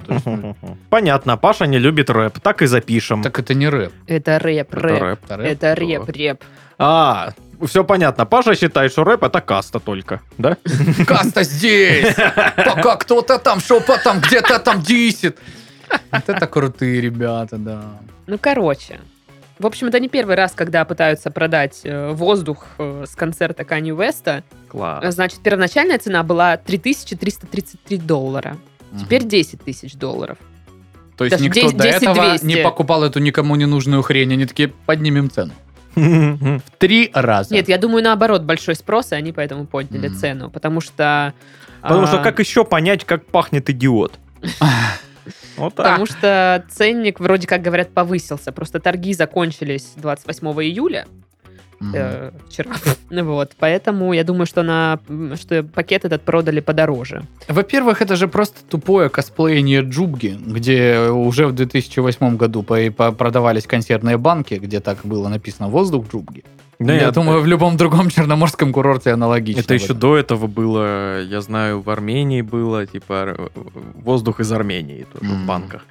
Speaker 3: То есть, ну,
Speaker 2: Понятно, Паша не любит рэп, так и запишем.
Speaker 3: так это не рэп.
Speaker 1: Это рэп,
Speaker 2: Это
Speaker 1: рэп.
Speaker 2: рэп.
Speaker 3: Это рэп.
Speaker 1: Это реп, реп.
Speaker 2: А, все понятно. Паша считает, что рэп это каста только, да?
Speaker 3: Каста здесь! Пока кто-то там шепотом где-то там дисит. Вот это крутые ребята, да.
Speaker 1: Ну, короче. В общем, это не первый раз, когда пытаются продать э, воздух э, с концерта Канни Уэста.
Speaker 2: Класс.
Speaker 1: Значит, первоначальная цена была 3333 доллара. Теперь 10 тысяч долларов.
Speaker 3: То есть
Speaker 1: даже
Speaker 3: никто
Speaker 1: 10
Speaker 3: до этого
Speaker 1: 200.
Speaker 3: не покупал эту никому не нужную хрень. Они такие, поднимем цену. В три раза.
Speaker 1: Нет, я думаю, наоборот, большой спрос, и они поэтому подняли
Speaker 3: Мгм.
Speaker 1: цену, потому что...
Speaker 2: Потому что
Speaker 1: а,
Speaker 2: как еще понять, как пахнет идиот? Вот так.
Speaker 1: Потому что ценник, вроде как говорят, повысился. Просто торги закончились 28 июля,
Speaker 3: Мгм.
Speaker 1: э, вчера. Ну Вот, поэтому я думаю, что, на, м, что пакет этот продали подороже.
Speaker 3: Во-первых, это же просто тупое косплеение Джубги, где уже в 2008 году по- по- продавались консервные банки, где так было написано «воздух Джубги».
Speaker 2: Да,
Speaker 3: я
Speaker 2: Ну, я-
Speaker 3: думаю, в любом другом черноморском курорте аналогично.
Speaker 2: Это
Speaker 3: в
Speaker 2: еще
Speaker 3: этом.
Speaker 2: до этого было, я знаю, в Армении было, типа, р- воздух из Армении тоже в
Speaker 3: М.
Speaker 2: банках.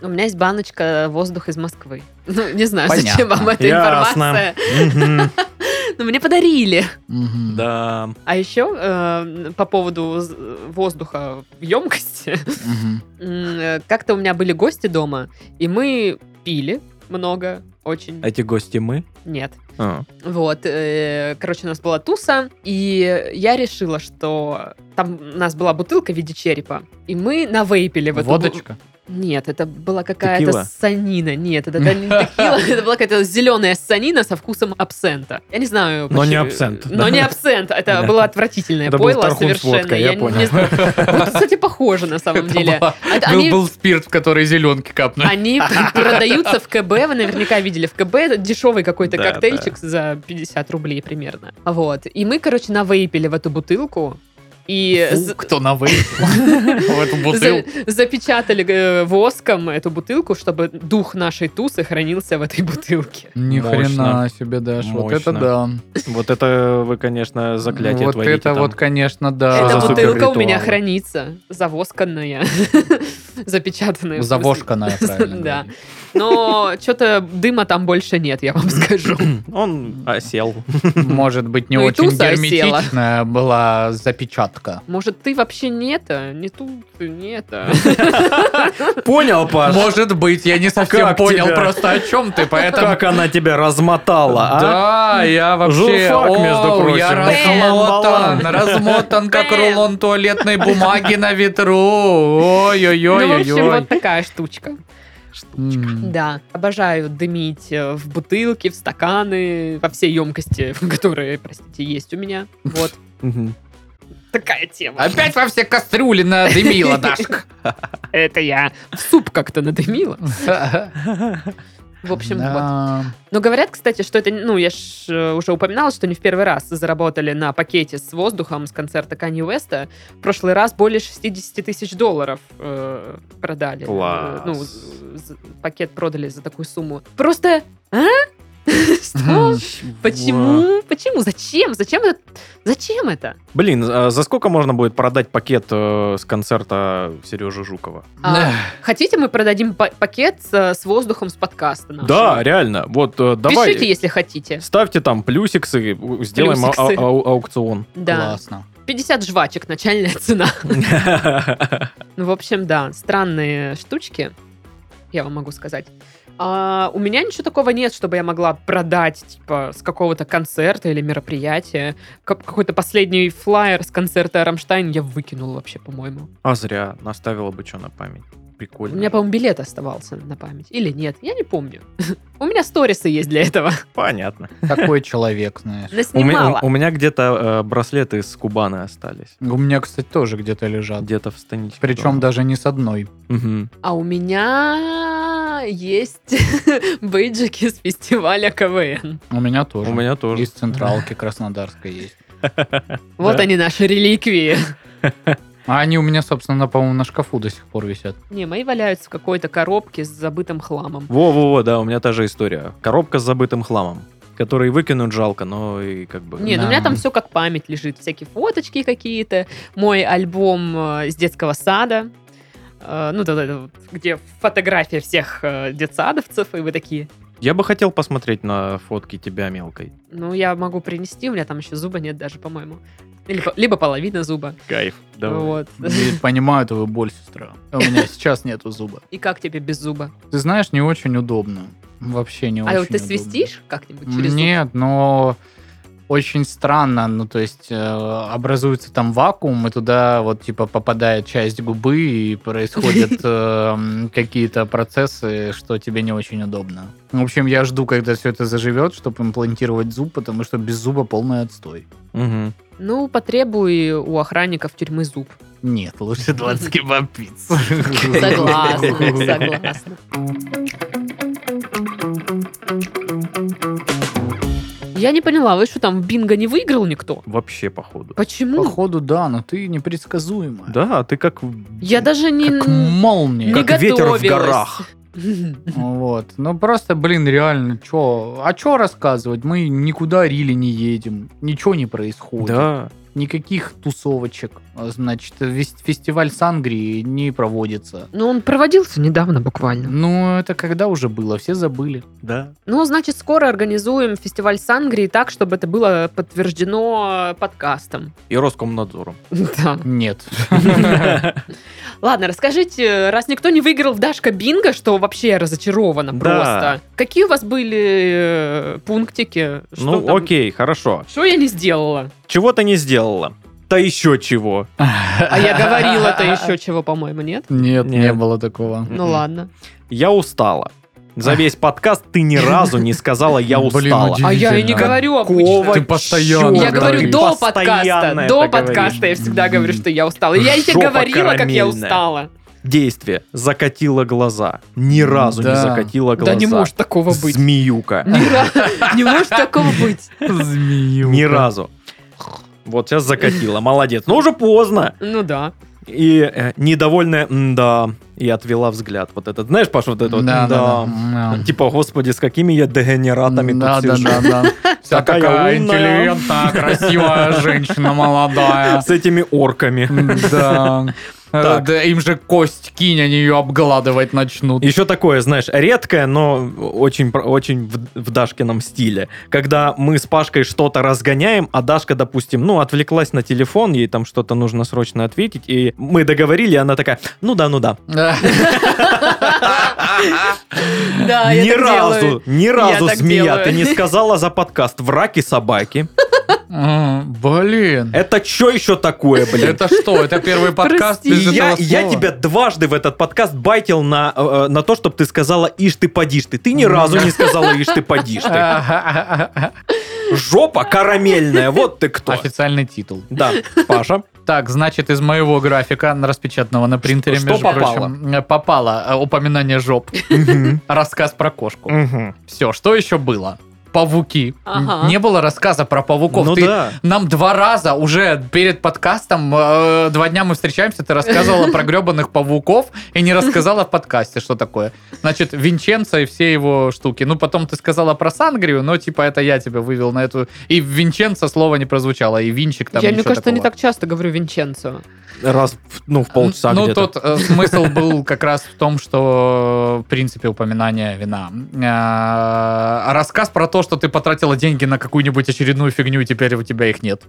Speaker 1: У меня есть баночка э, «Воздух из Москвы». Ну, не знаю,
Speaker 3: Понятно.
Speaker 1: зачем вам эта информация.
Speaker 2: Мгм.
Speaker 1: Но мне подарили.
Speaker 3: Мгм.
Speaker 2: Да.
Speaker 1: А еще э, по поводу з- воздуха в емкости.
Speaker 3: Мгм.
Speaker 1: М, э, Как-то у меня были гости дома, и мы пили много, очень.
Speaker 2: Эти гости мы.
Speaker 1: Нет.
Speaker 2: А.
Speaker 1: Вот, э, короче, у нас была туса, и я решила, что там у нас была бутылка в виде черепа, и мы навейпили в эту бу-
Speaker 3: Водочка.
Speaker 1: Нет, это была какая-то
Speaker 2: Текила?
Speaker 1: санина. Нет, это не текила, это была какая-то зеленая санина со вкусом абсента. Я не знаю.
Speaker 2: Но не
Speaker 1: почему-
Speaker 2: абсент,
Speaker 1: Но
Speaker 2: да.
Speaker 1: не абсент. Это
Speaker 2: Да.
Speaker 1: было отвратительное
Speaker 2: Это был
Speaker 1: пойло
Speaker 2: тархун с
Speaker 1: совершенно.
Speaker 2: водкой, я
Speaker 1: не
Speaker 2: понял.
Speaker 1: знаю. Вот, кстати, похоже на самом
Speaker 3: Это
Speaker 1: деле.
Speaker 3: была-
Speaker 1: Это
Speaker 3: был,
Speaker 1: они-
Speaker 3: был спирт, в который зеленки капнули.
Speaker 1: Они продаются в КБ, вы наверняка видели в КБ, это дешевый какой-то
Speaker 2: Да,
Speaker 1: коктейльчик за 50 рублей примерно. Вот. И мы, короче, навейпили в эту бутылку. И
Speaker 3: Фу,
Speaker 1: з-
Speaker 3: кто на в эту
Speaker 1: за-
Speaker 3: бутылку.
Speaker 1: запечатали э, воском эту бутылку, чтобы дух нашей тусы хранился в этой бутылке.
Speaker 3: Ни
Speaker 2: Мощно.
Speaker 3: хрена себе, Даш, вот это
Speaker 2: Мощно.
Speaker 3: да.
Speaker 2: Вот это вы, конечно, заклятие
Speaker 3: Вот
Speaker 2: творите
Speaker 3: это
Speaker 2: там.
Speaker 3: вот, конечно,
Speaker 2: Что
Speaker 3: да.
Speaker 1: Эта
Speaker 2: за
Speaker 1: бутылка у
Speaker 2: суперритуалы?
Speaker 1: меня хранится, завосканная, запечатанная. в смысле.
Speaker 3: Завошканная, правильно.
Speaker 1: Да.
Speaker 3: говорить.
Speaker 1: Но что-то дыма там больше нет, я вам скажу.
Speaker 2: Он осел.
Speaker 3: Может быть, не
Speaker 1: Ну и
Speaker 3: очень
Speaker 1: туса осела.
Speaker 3: герметичная была запечатка.
Speaker 1: Может, ты вообще не это, не тут, не это.
Speaker 2: Понял, Паш?
Speaker 3: Может быть, я не совсем
Speaker 2: Как
Speaker 3: понял
Speaker 2: тебя?
Speaker 3: просто о чем ты, поэтому...
Speaker 2: Как она тебя размотала, а?
Speaker 3: Да, я вообще...
Speaker 2: Журфак,
Speaker 3: Оу,
Speaker 2: между прочим.
Speaker 3: Я
Speaker 1: Бэм,
Speaker 3: размотан,
Speaker 2: балан.
Speaker 3: размотан, как
Speaker 1: Бэм.
Speaker 3: рулон туалетной бумаги на ветру. Ой-ой-ой-ой-ой.
Speaker 1: Ну, в общем, вот такая штучка.
Speaker 3: М.
Speaker 1: Да. Обожаю дымить э, в бутылки, в стаканы, во всей емкости, которые, простите, есть у меня. Вот.
Speaker 2: Мгм.
Speaker 1: Такая тема.
Speaker 3: Опять во все кастрюли надымила, Дашка.
Speaker 1: Это я в суп как-то надымила. В общем, вот.
Speaker 3: Да.
Speaker 1: Но говорят, кстати, что это, ну, я ж э, уже упоминала, что не в первый раз заработали на пакете с воздухом с концерта Канье Уэста. В прошлый раз более 60 тысяч долларов э, продали.
Speaker 2: Класс.
Speaker 1: Э, Ну, з- з- пакет продали за такую сумму. Просто, а? Что? Почему? Почему? Зачем? Зачем это? Зачем это?
Speaker 2: Блин, а за сколько можно будет продать пакет э, с концерта Сережи Жукова?
Speaker 1: А,
Speaker 3: Эх.
Speaker 1: хотите, мы продадим па- пакет с, с воздухом с подкаста нашего?
Speaker 2: Да, реально. Вот э, давай.
Speaker 1: Пишите, если хотите.
Speaker 2: Ставьте там плюсиксы, у- сделаем ау-
Speaker 1: Плюсиксы.
Speaker 2: ау- аукцион.
Speaker 1: Да.
Speaker 3: Классно.
Speaker 1: 50 жвачек начальная цена. Ну, в общем, да, странные штучки, я вам могу сказать. А, у меня ничего такого нет, чтобы я могла продать, типа, с какого-то концерта или мероприятия. Как- какой-то последний флаер с концерта Рамштайн я выкинул вообще, по-моему.
Speaker 2: А зря, наставила бы что на память. Прикольно.
Speaker 1: У меня, по-моему, билет оставался на память. Или нет, я не помню. У меня сторисы есть для этого.
Speaker 2: Понятно.
Speaker 3: Такой человек, знаешь.
Speaker 2: У меня,
Speaker 1: Наснимала.
Speaker 2: у- у меня где-то э, браслеты из Кубана остались.
Speaker 3: У меня, кстати, тоже где-то лежат.
Speaker 2: Где-то в станичке.
Speaker 3: Причем
Speaker 2: дома.
Speaker 3: даже не с одной.
Speaker 2: Мгм.
Speaker 1: А у меня есть бейджики с фестиваля КВН.
Speaker 3: У меня тоже.
Speaker 2: У меня тоже.
Speaker 3: Из централки Краснодарской есть.
Speaker 1: Вот
Speaker 2: Да.
Speaker 1: они, наши реликвии.
Speaker 3: А они у меня, собственно, по-моему, на шкафу до сих пор висят.
Speaker 1: Не, мои валяются в какой-то коробке с забытым хламом.
Speaker 2: Во-во-во, да, у меня та же история. Коробка с забытым хламом, который выкинуть жалко, но и как бы...
Speaker 1: Не, ну у
Speaker 3: Да.
Speaker 1: меня там все как память лежит. Всякие фоточки какие-то. Мой альбом э, из детского сада. Э, Ну, да, да, да, вот, где фотография всех э, детсадовцев, и вы такие,
Speaker 2: Я бы хотел посмотреть на фотки тебя мелкой.
Speaker 1: Ну, я могу принести, у меня там еще зуба нет даже, по-моему. Или по- либо половина зуба.
Speaker 2: Кайф. Давай.
Speaker 1: Вот.
Speaker 3: Не Понимаю твою боль, сестра. А У меня сейчас нету зуба.
Speaker 1: И как тебе без зуба?
Speaker 3: Ты знаешь, не очень удобно. Вообще не очень
Speaker 1: а вот ты
Speaker 3: удобно.
Speaker 1: свистишь как-нибудь через зуб?
Speaker 3: Нет, но очень странно, ну то есть э, образуется там вакуум, и туда вот типа попадает часть губы, и происходят э, м, какие-то процессы, что тебе не очень удобно. В общем, я жду, когда все это заживет, чтобы имплантировать зуб, потому что без зуба полный отстой.
Speaker 2: Мгм.
Speaker 1: Ну, потребуй у охранников тюрьмы зуб.
Speaker 3: Нет, лучше 20 кебаб пиц.
Speaker 1: Согласна, согласна. Я не поняла, вы что там, в бинго не выиграл никто?
Speaker 2: Вообще, походу.
Speaker 1: Почему?
Speaker 3: Походу, да, но ты непредсказуемая.
Speaker 2: Да, ты как...
Speaker 1: Я даже не...
Speaker 3: Как молния.
Speaker 1: не
Speaker 2: Как ветер в
Speaker 1: готовилась.
Speaker 2: горах.
Speaker 3: Вот. Ну просто, блин, реально, чё? А чё рассказывать? Мы никуда рили не едем. Ничего не происходит.
Speaker 2: Да.
Speaker 3: Никаких тусовочек. А, Значит, вес- фестиваль Сангрии не проводится.
Speaker 1: Ну, он проводился недавно буквально.
Speaker 3: Ну, это когда уже было? Все забыли.
Speaker 2: Да.
Speaker 1: Ну, значит, скоро организуем фестиваль Сангрии так, чтобы это было подтверждено э, подкастом.
Speaker 2: И Роскомнадзором.
Speaker 1: Да.
Speaker 3: Нет.
Speaker 1: Ладно, расскажите, раз никто не выиграл в Дашка Бинго, что вообще я разочарована
Speaker 2: Да.
Speaker 1: просто. Какие у вас были э, пунктики? Что
Speaker 2: Ну,
Speaker 1: там-
Speaker 2: окей, хорошо.
Speaker 1: Что я не сделала?
Speaker 2: Чего ты не сделала? Да еще чего.
Speaker 1: А я говорила-то еще чего, по-моему, нет?
Speaker 3: Нет, не
Speaker 2: Нет.
Speaker 3: было такого.
Speaker 1: Ну
Speaker 2: Мгм.
Speaker 1: ладно.
Speaker 2: М-м. Я устала. За весь подкаст ты ни разу не сказала «я
Speaker 3: Блин,
Speaker 2: устала».
Speaker 3: удивительно.
Speaker 1: А я и не
Speaker 3: Какого
Speaker 1: говорю обычно.
Speaker 3: Ты постоянно
Speaker 1: Я
Speaker 3: Ты
Speaker 1: говорю до подкаста.
Speaker 2: постоянно
Speaker 1: До
Speaker 2: это
Speaker 1: подкаста я
Speaker 2: говоришь.
Speaker 1: всегда говорю, что я устала. И Я и тебе
Speaker 2: Жопа
Speaker 1: говорила, как я
Speaker 2: карамельная.
Speaker 1: устала.
Speaker 2: Действие. Закатила глаза. Ни разу не
Speaker 3: Да.
Speaker 2: закатила глаза.
Speaker 1: Да не может такого быть.
Speaker 2: Змеюка.
Speaker 1: Не ра- Не может такого быть.
Speaker 3: Змею.
Speaker 2: Ни разу. Вот сейчас закатила. Молодец. Но уже поздно.
Speaker 1: Ну да.
Speaker 2: И э, недовольная «да». И отвела взгляд. Вот этот, знаешь, Паша, вот это вот
Speaker 3: Да, да,
Speaker 2: «да».
Speaker 3: да.
Speaker 2: Типа, господи, с какими я дегенератами
Speaker 3: да,
Speaker 2: тут
Speaker 3: да,
Speaker 2: сижу.
Speaker 3: да, да. Вся
Speaker 2: Такая
Speaker 3: такая
Speaker 2: умная.
Speaker 3: интеллигентная, красивая женщина молодая.
Speaker 2: С этими орками.
Speaker 3: Да. Э,
Speaker 2: Так.
Speaker 3: Да им же кость кинь, они ее обгладывать начнут.
Speaker 2: Еще такое, знаешь, редкое, но очень, про- очень в, в Дашкином стиле. Когда мы с Пашкой что-то разгоняем, а Дашка, допустим, ну, отвлеклась на телефон, ей там что-то нужно срочно ответить, и мы договорили, и она такая, ну да, ну да.
Speaker 3: Да.
Speaker 1: Да,
Speaker 2: ни
Speaker 1: А, я так
Speaker 2: разу,
Speaker 1: делаю.
Speaker 2: ни разу,
Speaker 1: так
Speaker 2: змея,
Speaker 1: делаю.
Speaker 2: ты не сказала за подкаст «Враки собаки». Э,
Speaker 3: М, Блин.
Speaker 2: Это что еще такое, блин?
Speaker 3: Это что? Это первый подкаст
Speaker 1: Прости.
Speaker 3: без
Speaker 1: из
Speaker 2: Я,
Speaker 3: этого
Speaker 2: я
Speaker 3: слова?
Speaker 2: тебя дважды в этот подкаст байтил на, э, на то, чтобы ты сказала «Ишь ты, подишь ты». Ты ни разу не сказала «Ишь ты, подишь ты». Жопа карамельная, вот ты кто.
Speaker 3: Официальный титул.
Speaker 2: Да, Паша.
Speaker 3: Так, значит, из моего графика, распечатанного на принтере,
Speaker 2: Что
Speaker 3: между
Speaker 2: попало?
Speaker 3: прочим, э, попало э, упоминание жоп, рассказ про кошку. Все, что еще было? Павуки.
Speaker 1: Ага.
Speaker 3: Не было рассказа про павуков.
Speaker 2: Ну
Speaker 3: Ты
Speaker 2: да.
Speaker 3: Нам два раза уже перед подкастом, э, два дня мы встречаемся, ты рассказывала про гребаных павуков и не рассказала в подкасте, что такое. Значит, Винченцо и все его штуки. Ну, потом ты сказала про Сангрию, но типа это я тебя вывел на эту... И Винченцо слово не прозвучало, и Винчик там
Speaker 1: Я, мне
Speaker 3: ничего
Speaker 1: кажется, не
Speaker 3: такого.
Speaker 1: так часто говорю Винченцо.
Speaker 2: Раз, в- ну, в полчаса
Speaker 3: Ну,
Speaker 2: где-то.
Speaker 3: тот э, смысл был как раз в том, что, в принципе, упоминание вина. А, Рассказ про то, что ты потратила деньги на какую-нибудь очередную фигню, и теперь у тебя их нет.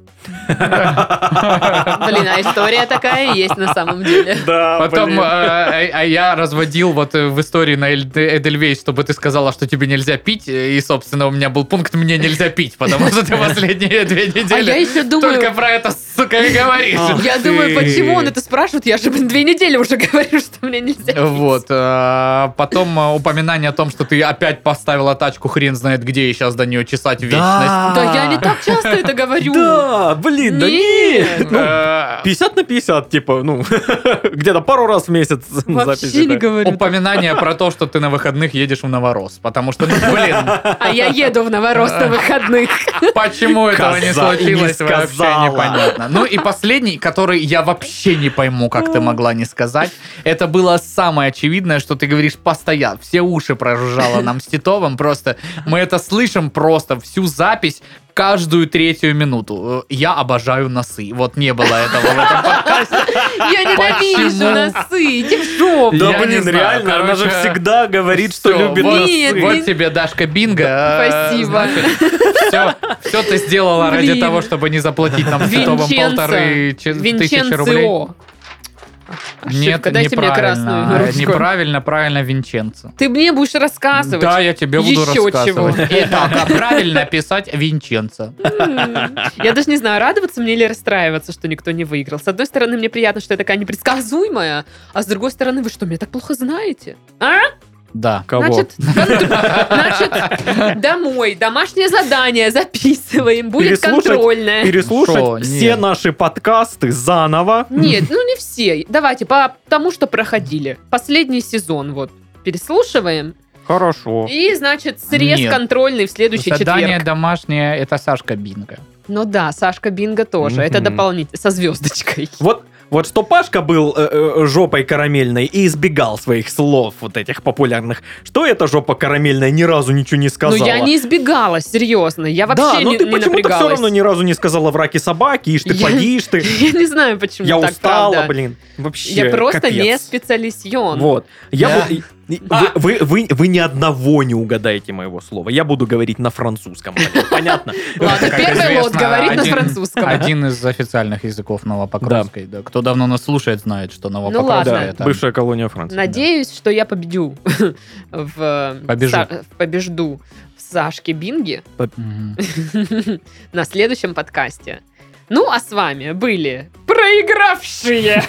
Speaker 1: Блин, а история такая и есть на самом деле.
Speaker 2: Да,
Speaker 3: Потом
Speaker 2: блин.
Speaker 3: э, а а я разводил вот э, в истории на Эль- Эдельвейс, чтобы ты сказала, что тебе нельзя пить. э, И, собственно, у меня был пункт «Мне нельзя пить», потому что ты последние две
Speaker 1: А я
Speaker 3: недели
Speaker 1: еще
Speaker 3: только
Speaker 1: думаю... А.
Speaker 3: про это, сука, и говоришь.
Speaker 1: Я
Speaker 3: Ты.
Speaker 1: думаю, почему он это спрашивает? Я же блин, две недели уже говорю, что мне нельзя. пить.
Speaker 3: Вот. а, Потом а, упоминание о том, что ты опять поставила тачку, хрен знает где, и сейчас до нее чесать вечность.
Speaker 1: Да я не так часто это говорю.
Speaker 2: Да, блин, да
Speaker 1: Нет.
Speaker 2: нет. Ну,
Speaker 3: Э,
Speaker 2: 50 на 50, типа, ну, где-то пару раз в месяц
Speaker 1: Вообще
Speaker 2: записи.
Speaker 1: не
Speaker 2: Ну, да.
Speaker 1: говорю.
Speaker 3: Упоминание про то, что ты на выходных едешь в Новорос. Потому что, ну, блин,
Speaker 1: А я еду в Новорос
Speaker 2: А.
Speaker 1: на выходных.
Speaker 3: Почему этого не
Speaker 2: Коза и не
Speaker 3: случилось, вообще
Speaker 2: сказала.
Speaker 3: непонятно. Ну и последний, который я вообще не пойму, как ты могла не сказать. Это было самое очевидное, что ты говоришь постоянно. Все уши прожужжало нам с Титовым. Просто мы это Э,
Speaker 1: Я ненавижу
Speaker 3: Почему?
Speaker 1: носы, иди в жопу.
Speaker 2: Да
Speaker 3: Я не
Speaker 2: блин,
Speaker 3: знаю,
Speaker 2: реально, она же
Speaker 3: короче,
Speaker 2: всегда говорит, что
Speaker 3: всё,
Speaker 2: любит
Speaker 3: вот-
Speaker 1: Нет,
Speaker 2: носы.
Speaker 1: нет.
Speaker 3: Вот тебе, Дашка, бинго. А,
Speaker 1: Спасибо.
Speaker 3: Все, все ты сделала ради
Speaker 1: Блин.
Speaker 3: того, чтобы не заплатить нам с Титовым
Speaker 1: Винченцо.
Speaker 3: полторы че- тысячи рублей.
Speaker 1: Винченцио.
Speaker 3: Нет,
Speaker 1: Ошибка, дайте мне
Speaker 3: неправильно. Э,
Speaker 1: красную ручку.
Speaker 3: Неправильно, правильно, Винченцо.
Speaker 1: Ты мне будешь рассказывать.
Speaker 3: Да, я тебе буду
Speaker 1: Еще
Speaker 3: рассказывать. Итак, а правильно писать Винченцо.
Speaker 1: М. Я даже не знаю, радоваться мне или расстраиваться, что никто не выиграл. С одной стороны, мне приятно, что я такая непредсказуемая, а с другой стороны, вы что, меня так плохо знаете? А?
Speaker 3: Да.
Speaker 2: Кого?
Speaker 1: Значит, контр- значит, домой, домашнее задание записываем, будет
Speaker 2: Переслушать?
Speaker 1: контрольное.
Speaker 3: Шо,
Speaker 2: Переслушать все
Speaker 3: нет.
Speaker 2: наши подкасты заново.
Speaker 1: Нет, ну не все. Давайте по тому, что проходили. Последний сезон вот переслушиваем.
Speaker 2: Хорошо.
Speaker 1: И, значит, срез
Speaker 3: Нет.
Speaker 1: контрольный в следующий
Speaker 3: Задание
Speaker 1: четверг.
Speaker 3: домашнее, это Сашка Бинго.
Speaker 1: Ну да, Сашка Бинго тоже. Это
Speaker 2: Мгм.
Speaker 1: дополнительно. Со звездочкой.
Speaker 2: Вот, вот что Пашка был э, э, жопой карамельной и избегал своих слов вот этих популярных. Что эта жопа карамельная ни разу ничего не сказала?
Speaker 1: Ну я не избегала, серьезно. Я вообще
Speaker 2: да, но
Speaker 1: не,
Speaker 2: ты
Speaker 1: не
Speaker 2: почему-то
Speaker 1: напрягалась.
Speaker 2: все равно ни разу не сказала в раке собаки, ишь ты,
Speaker 1: Я-
Speaker 2: погишь ты.
Speaker 1: Я не знаю, почему
Speaker 2: Я
Speaker 1: так,
Speaker 2: устала,
Speaker 1: правда.
Speaker 2: блин. Вообще,
Speaker 1: Я просто
Speaker 2: капец.
Speaker 1: не А. специалисен.
Speaker 2: Вот. Я
Speaker 3: Да.
Speaker 2: бу- и- и- вы, вы, вы- вы ни одного не угадаете моего слова. Я буду говорить на французском. Понятно?
Speaker 1: Ладно,
Speaker 3: Как
Speaker 1: первый
Speaker 3: известно,
Speaker 1: лот говорит на
Speaker 3: один-
Speaker 1: французском.
Speaker 3: Один из официальных языков Новопокровской. да. Кто давно нас слушает, знает, что Новопокровская
Speaker 1: Ну ладно.
Speaker 2: Да,
Speaker 3: это...
Speaker 2: бывшая колония Франции.
Speaker 1: Надеюсь, что я победю в,
Speaker 3: Побежу.
Speaker 1: Са- в побежду в Сашке Бинге
Speaker 3: Мгм.
Speaker 1: на следующем подкасте. Ну, а с вами были проигравшие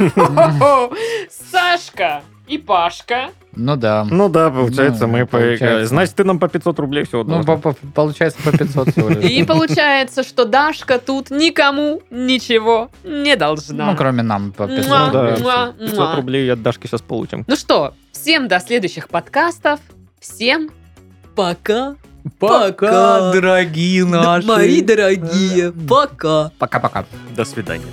Speaker 1: Сашка и Пашка.
Speaker 3: Ну да.
Speaker 2: Ну да, получается,
Speaker 3: Ну,
Speaker 2: мы
Speaker 3: получается.
Speaker 2: поиграли. Значит, ты нам по 500 рублей всего
Speaker 3: Ну,
Speaker 2: должна.
Speaker 3: по- по- получается, по 500 всего
Speaker 1: И
Speaker 3: лишь.
Speaker 1: получается, что Дашка тут никому ничего не должна.
Speaker 3: Ну, кроме нам по 500
Speaker 1: Муа,
Speaker 2: Ну да,
Speaker 3: рублей.
Speaker 1: муа,
Speaker 2: 500
Speaker 1: муа.
Speaker 2: рублей от Дашки сейчас получим.
Speaker 1: Ну что, всем до следующих подкастов. Всем пока. Пока.
Speaker 3: дорогие
Speaker 1: дорогие, пока.
Speaker 3: Пока-пока.
Speaker 2: До свидания.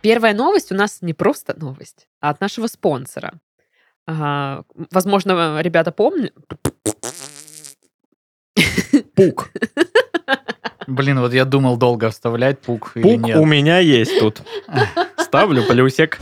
Speaker 1: Первая новость у нас не просто новость, а от нашего спонсора. А, возможно, ребята помнят.
Speaker 2: Пук.
Speaker 3: Блин, вот я думал долго вставлять пук или
Speaker 2: Пук
Speaker 3: нет.
Speaker 2: у меня есть тут. Ставлю плюсик.